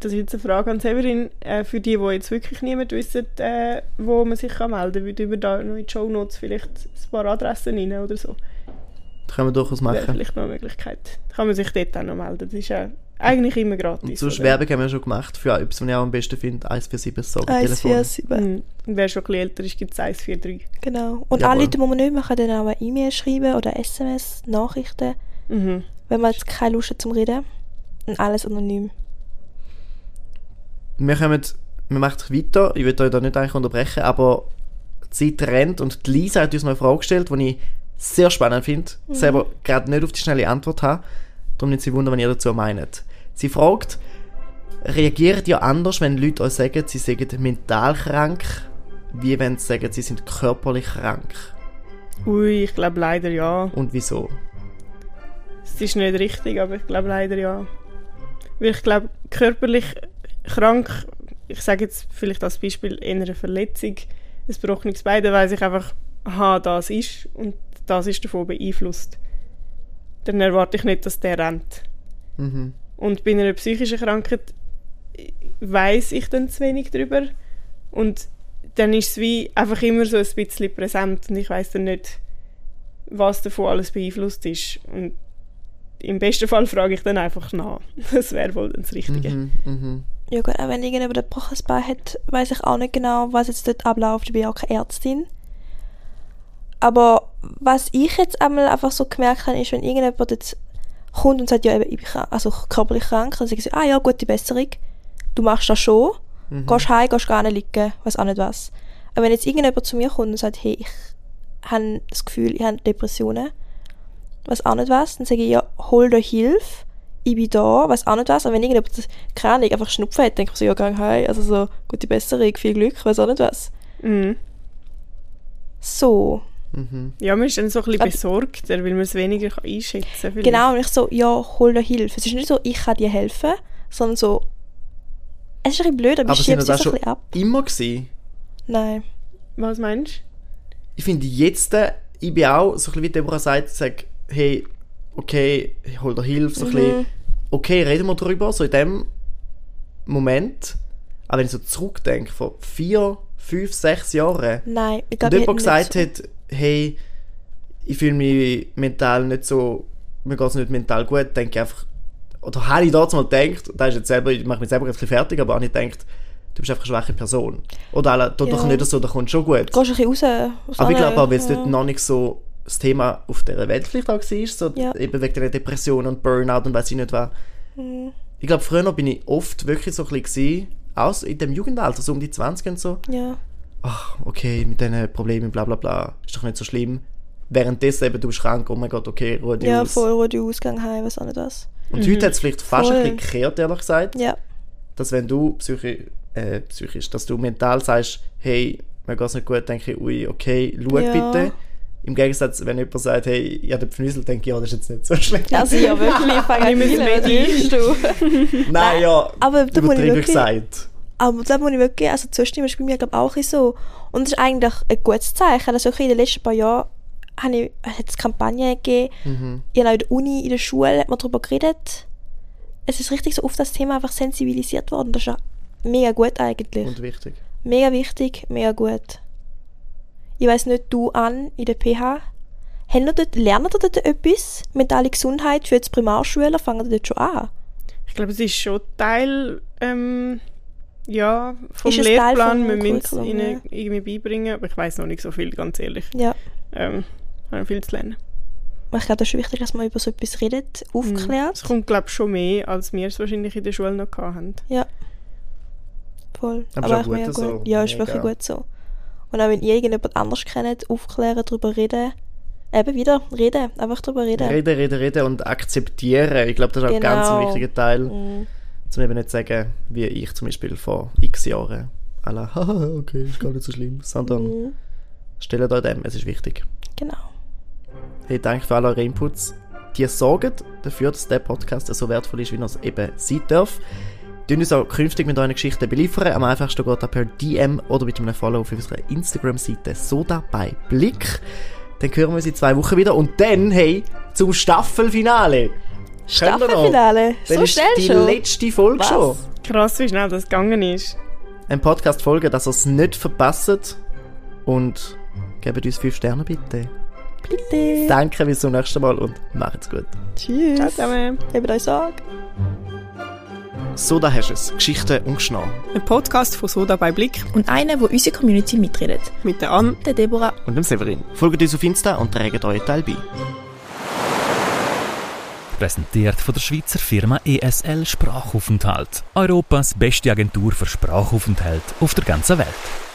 [SPEAKER 2] das ist jetzt eine Frage an Severin. Äh, für die, die jetzt wirklich niemand wissen, äh, wo man sich kann melden kann, würde wir da noch in die Show Notes vielleicht ein paar Adressen rein oder so.
[SPEAKER 1] Das können wir durchaus
[SPEAKER 2] Wäre
[SPEAKER 1] machen.
[SPEAKER 2] vielleicht noch eine Möglichkeit. Kann man sich dort auch noch melden. Das ist ja eigentlich immer gratis.
[SPEAKER 1] Und sonst
[SPEAKER 2] oder?
[SPEAKER 1] Werbung haben wir schon gemacht für etwas, was ich auch am besten finde, 147
[SPEAKER 3] Eins,
[SPEAKER 1] Sorgentelefon.
[SPEAKER 3] vier, sieben.
[SPEAKER 2] Mhm. Und wer schon ein bisschen älter ist, gibt es 143.
[SPEAKER 3] Genau. Und
[SPEAKER 1] Jawohl.
[SPEAKER 3] alle Leute, die man nicht machen, können dann auch eine E-Mail schreiben oder SMS, Nachrichten,
[SPEAKER 2] Mhm.
[SPEAKER 3] wenn man jetzt keine Lust hat zum Reden. Und alles anonym.
[SPEAKER 1] Wir kommen, wir machen weiter. Ich will euch da nicht eigentlich unterbrechen, aber die Zeit rennt und die Lisa hat uns noch eine Frage gestellt, die ich sehr spannend finde,
[SPEAKER 3] Mhm.
[SPEAKER 1] selber gerade nicht auf die schnelle Antwort habe. Darum nicht sie wundern, wenn ihr dazu meint. Sie fragt, reagiert ihr anders, wenn Leute euch sagen, sie seien mental krank, wie wenn sie sagen, sie sind körperlich krank?
[SPEAKER 2] Ui, ich glaube leider ja.
[SPEAKER 1] Und wieso?
[SPEAKER 2] Es ist nicht richtig, aber ich glaube leider ja. Weil ich glaube, körperlich krank, ich sage jetzt vielleicht als Beispiel in einer Verletzung, es braucht nichts bei, dann weiss ich einfach, aha, das ist und das ist davon beeinflusst. Dann erwarte ich nicht, dass der rennt.
[SPEAKER 1] Mhm.
[SPEAKER 2] Und bei einer psychischen Krankheit weiß ich dann zu wenig drüber. Und dann ist es wie einfach immer so ein bisschen präsent und ich weiß dann nicht, was davon alles beeinflusst ist. Und im besten Fall frage ich dann einfach nach. Das wäre wohl dann das Richtige.
[SPEAKER 1] Mhm, mhm.
[SPEAKER 3] Ja gut, auch wenn irgendjemand einen Bruch bei hat, weiß ich auch nicht genau, was jetzt dort abläuft. Ich bin ja auch keine Ärztin. Aber was ich jetzt einmal einfach so gemerkt habe, ist, wenn irgendjemand jetzt kommt und sagt, ja, eben, ich bin krank, also körperlich krank, dann sage ich so, ah ja, gute Besserung. Du machst das schon. Gehst heim, gehst gar nicht liegen, weiß auch nicht was. Aber wenn jetzt irgendjemand zu mir kommt und sagt, hey, ich habe das Gefühl, ich habe Depressionen, weiß auch nicht was, dann sage ich, ja, hol dir Hilfe, ich bin da, weiß auch nicht was. Aber wenn irgendjemand, das- keine Ahnung, einfach Schnupfen hat, denke ich so, ja, geh heim, also so, gute Besserung, viel Glück, weiß auch nicht was.
[SPEAKER 2] Mhm.
[SPEAKER 3] So.
[SPEAKER 2] Ja, man ist dann so ein bisschen
[SPEAKER 3] Aber-
[SPEAKER 2] besorgter, weil man es weniger kann einschätzen kann. vielleicht.
[SPEAKER 3] Genau, und ich so, ja, hol dir Hilfe. Es ist nicht so, ich kann dir helfen, sondern so, es ist ein bisschen blöd, aber,
[SPEAKER 1] Aber
[SPEAKER 3] ich
[SPEAKER 1] sind
[SPEAKER 3] schiebe
[SPEAKER 1] das
[SPEAKER 3] es
[SPEAKER 1] auch
[SPEAKER 3] jetzt
[SPEAKER 1] schon
[SPEAKER 3] ein bisschen ab.
[SPEAKER 1] immer gewesen?
[SPEAKER 3] Nein.
[SPEAKER 2] Was meinst
[SPEAKER 1] ich finde jetzt, äh, ich bin auch so ein bisschen wie Deborah sagt, sag, hey, okay, hol dir Hilfe, so ein
[SPEAKER 3] Mhm.
[SPEAKER 1] bisschen, okay, reden wir drüber, so in dem Moment. Aber wenn ich so zurückdenke, vor vier, fünf, sechs Jahren
[SPEAKER 3] Nein, ich
[SPEAKER 1] und
[SPEAKER 3] glaube,
[SPEAKER 1] jemand gesagt
[SPEAKER 3] so.
[SPEAKER 1] hat, hey, ich fühle mich mental nicht so, mir geht es nicht mental gut, denke ich einfach, oder habe ich damals mal gedacht, da ist jetzt selber, ich mache mich selber jetzt ein bisschen fertig, aber habe ich gedacht, du bist einfach eine schwache Person. Oder alle, tu doch
[SPEAKER 3] Ja.
[SPEAKER 1] nicht so, da kommt schon gut.
[SPEAKER 3] Du gehst ein bisschen raus. aus
[SPEAKER 1] Aber ich
[SPEAKER 3] allen-
[SPEAKER 1] glaube auch, weil es
[SPEAKER 3] ja.
[SPEAKER 1] dort noch nicht so das Thema auf dieser Welt vielleicht auch war, so
[SPEAKER 3] Ja.
[SPEAKER 1] eben wegen der Depression und Burnout und weiß ich nicht was.
[SPEAKER 3] Mhm.
[SPEAKER 1] Ich glaube, früher bin ich oft wirklich so ein bisschen, aus in dem Jugendalter, so um die 20 und so,
[SPEAKER 3] Ja,
[SPEAKER 1] ach, okay, mit diesen Problemen, bla bla bla, ist doch nicht so schlimm. Währenddessen eben du bist krank, oh mein Gott, okay, ruhe dich
[SPEAKER 3] ja
[SPEAKER 1] aus.
[SPEAKER 3] voll ruhig Ausgang heim, was auch nicht was.
[SPEAKER 1] Und heute hat es vielleicht fast
[SPEAKER 3] Voll.
[SPEAKER 1] ein bisschen gekehrt, ehrlich gesagt,
[SPEAKER 3] Ja,
[SPEAKER 1] dass wenn du psychi äh, psychisch, dass du mental sagst, hey, mir geht's nicht gut, denke ich, ui, okay, schau
[SPEAKER 3] Ja.
[SPEAKER 1] bitte. Im Gegensatz, wenn jemand sagt, hey, ich habe den Pfnüsel, denke ich, ja, das ist jetzt nicht so schlecht.
[SPEAKER 3] also ja, wirklich, ich fange an
[SPEAKER 2] Nimm es
[SPEAKER 3] zu
[SPEAKER 2] mit ein.
[SPEAKER 3] willst du?
[SPEAKER 1] Nein, ja,
[SPEAKER 3] aber da muss ich
[SPEAKER 1] übertrieben
[SPEAKER 3] wirklich-
[SPEAKER 1] gesagt.
[SPEAKER 3] Aber da muss ich wirklich, also zustimmen, ist bei mir glaube ich auch ein bisschen so. Und das ist eigentlich ein gutes Zeichen. Also wirklich in den letzten paar Jahren habe ich, hat es Kampagnen gegeben. Ich habe auch in der Uni, in der Schule hat man darüber geredet. Es ist richtig so auf das Thema einfach sensibilisiert worden. Das ist ja mega gut eigentlich.
[SPEAKER 1] Und wichtig.
[SPEAKER 3] Mega wichtig, mega gut. Ich weiß nicht, du an in der PH. Haben ihr dort, lernt ihr dort etwas? Mentale Gesundheit für die Primarschüler fangen dort schon an.
[SPEAKER 2] Ich glaube, es ist schon Teil ähm, ja, vom
[SPEAKER 3] Ist es Teil
[SPEAKER 2] Lehrplan.
[SPEAKER 3] vom
[SPEAKER 2] Wir müssen es
[SPEAKER 3] Curriculum,
[SPEAKER 2] ihnen irgendwie beibringen, aber ich weiß noch nicht so viel, ganz ehrlich.
[SPEAKER 3] Ja.
[SPEAKER 2] Ähm, habe noch viel zu lernen.
[SPEAKER 3] Aber Ich glaube, das ist wichtig, dass man über so etwas redet, aufklärt.
[SPEAKER 2] Es kommt, glaube ich, schon mehr, als wir es wahrscheinlich in der Schule noch hatten.
[SPEAKER 3] Ja. Voll.
[SPEAKER 1] Aber ist auch
[SPEAKER 3] echt
[SPEAKER 1] gut
[SPEAKER 3] mega
[SPEAKER 1] so.
[SPEAKER 3] Ja, ist wirklich
[SPEAKER 1] Mega.
[SPEAKER 3] gut so. Und auch wenn ihr irgendjemand anders kennt, aufklären, darüber reden. Eben wieder, reden. Einfach darüber reden.
[SPEAKER 1] Reden, reden, reden und akzeptieren. Ich glaube, das ist auch ganz ein
[SPEAKER 3] Genau.
[SPEAKER 1] wichtiger Teil.
[SPEAKER 3] Mhm.
[SPEAKER 1] Zum eben nicht zu sagen, wie ich zum Beispiel vor x Jahren alle, haha, okay, ist gar nicht so schlimm, sondern
[SPEAKER 3] Mhm.
[SPEAKER 1] stellt euch dem, es ist wichtig.
[SPEAKER 3] Genau.
[SPEAKER 1] Hey, danke für alle eure Inputs. Die sorgen dafür, dass der Podcast so wertvoll ist, wie er es eben sein darf. Tun uns auch künftig mit euren Geschichten beliefern. Am einfachsten geht das per DM oder mit einem Follow auf unserer Instagram-Seite Soda bei Blick. Dann hören wir uns in zwei Wochen wieder und dann, hey, zum Staffelfinale. Könnt ihr noch?
[SPEAKER 3] Staffelfinale.
[SPEAKER 1] Dann
[SPEAKER 3] So
[SPEAKER 1] ist
[SPEAKER 3] schnell
[SPEAKER 1] die
[SPEAKER 3] schon.
[SPEAKER 1] letzte Folge
[SPEAKER 3] Was?
[SPEAKER 1] schon.
[SPEAKER 2] Krass, wie schnell das gegangen ist.
[SPEAKER 1] Ein Podcast folgen, dass ihr es nicht verpasst. Und gebt uns 5 Sterne bitte.
[SPEAKER 3] Bitte.
[SPEAKER 1] Danke, bis zum nächsten Mal und macht's gut.
[SPEAKER 3] Tschüss.
[SPEAKER 2] Ciao zusammen.
[SPEAKER 3] Habt euch Sorge.
[SPEAKER 1] So, da hast du es. Geschichte und Schnau.
[SPEAKER 2] Ein Podcast von Soda bei Blick
[SPEAKER 5] und einer, wo unsere Community mitredet.
[SPEAKER 2] mit der Anne.
[SPEAKER 5] Der Deborah
[SPEAKER 1] Und dem Severin. Folgt uns auf Insta und trägt euren Teil bei.
[SPEAKER 4] Präsentiert von der Schweizer Firma E ESL Sprachaufenthalt. Europas beste Agentur für Sprachaufenthalt auf der ganzen Welt.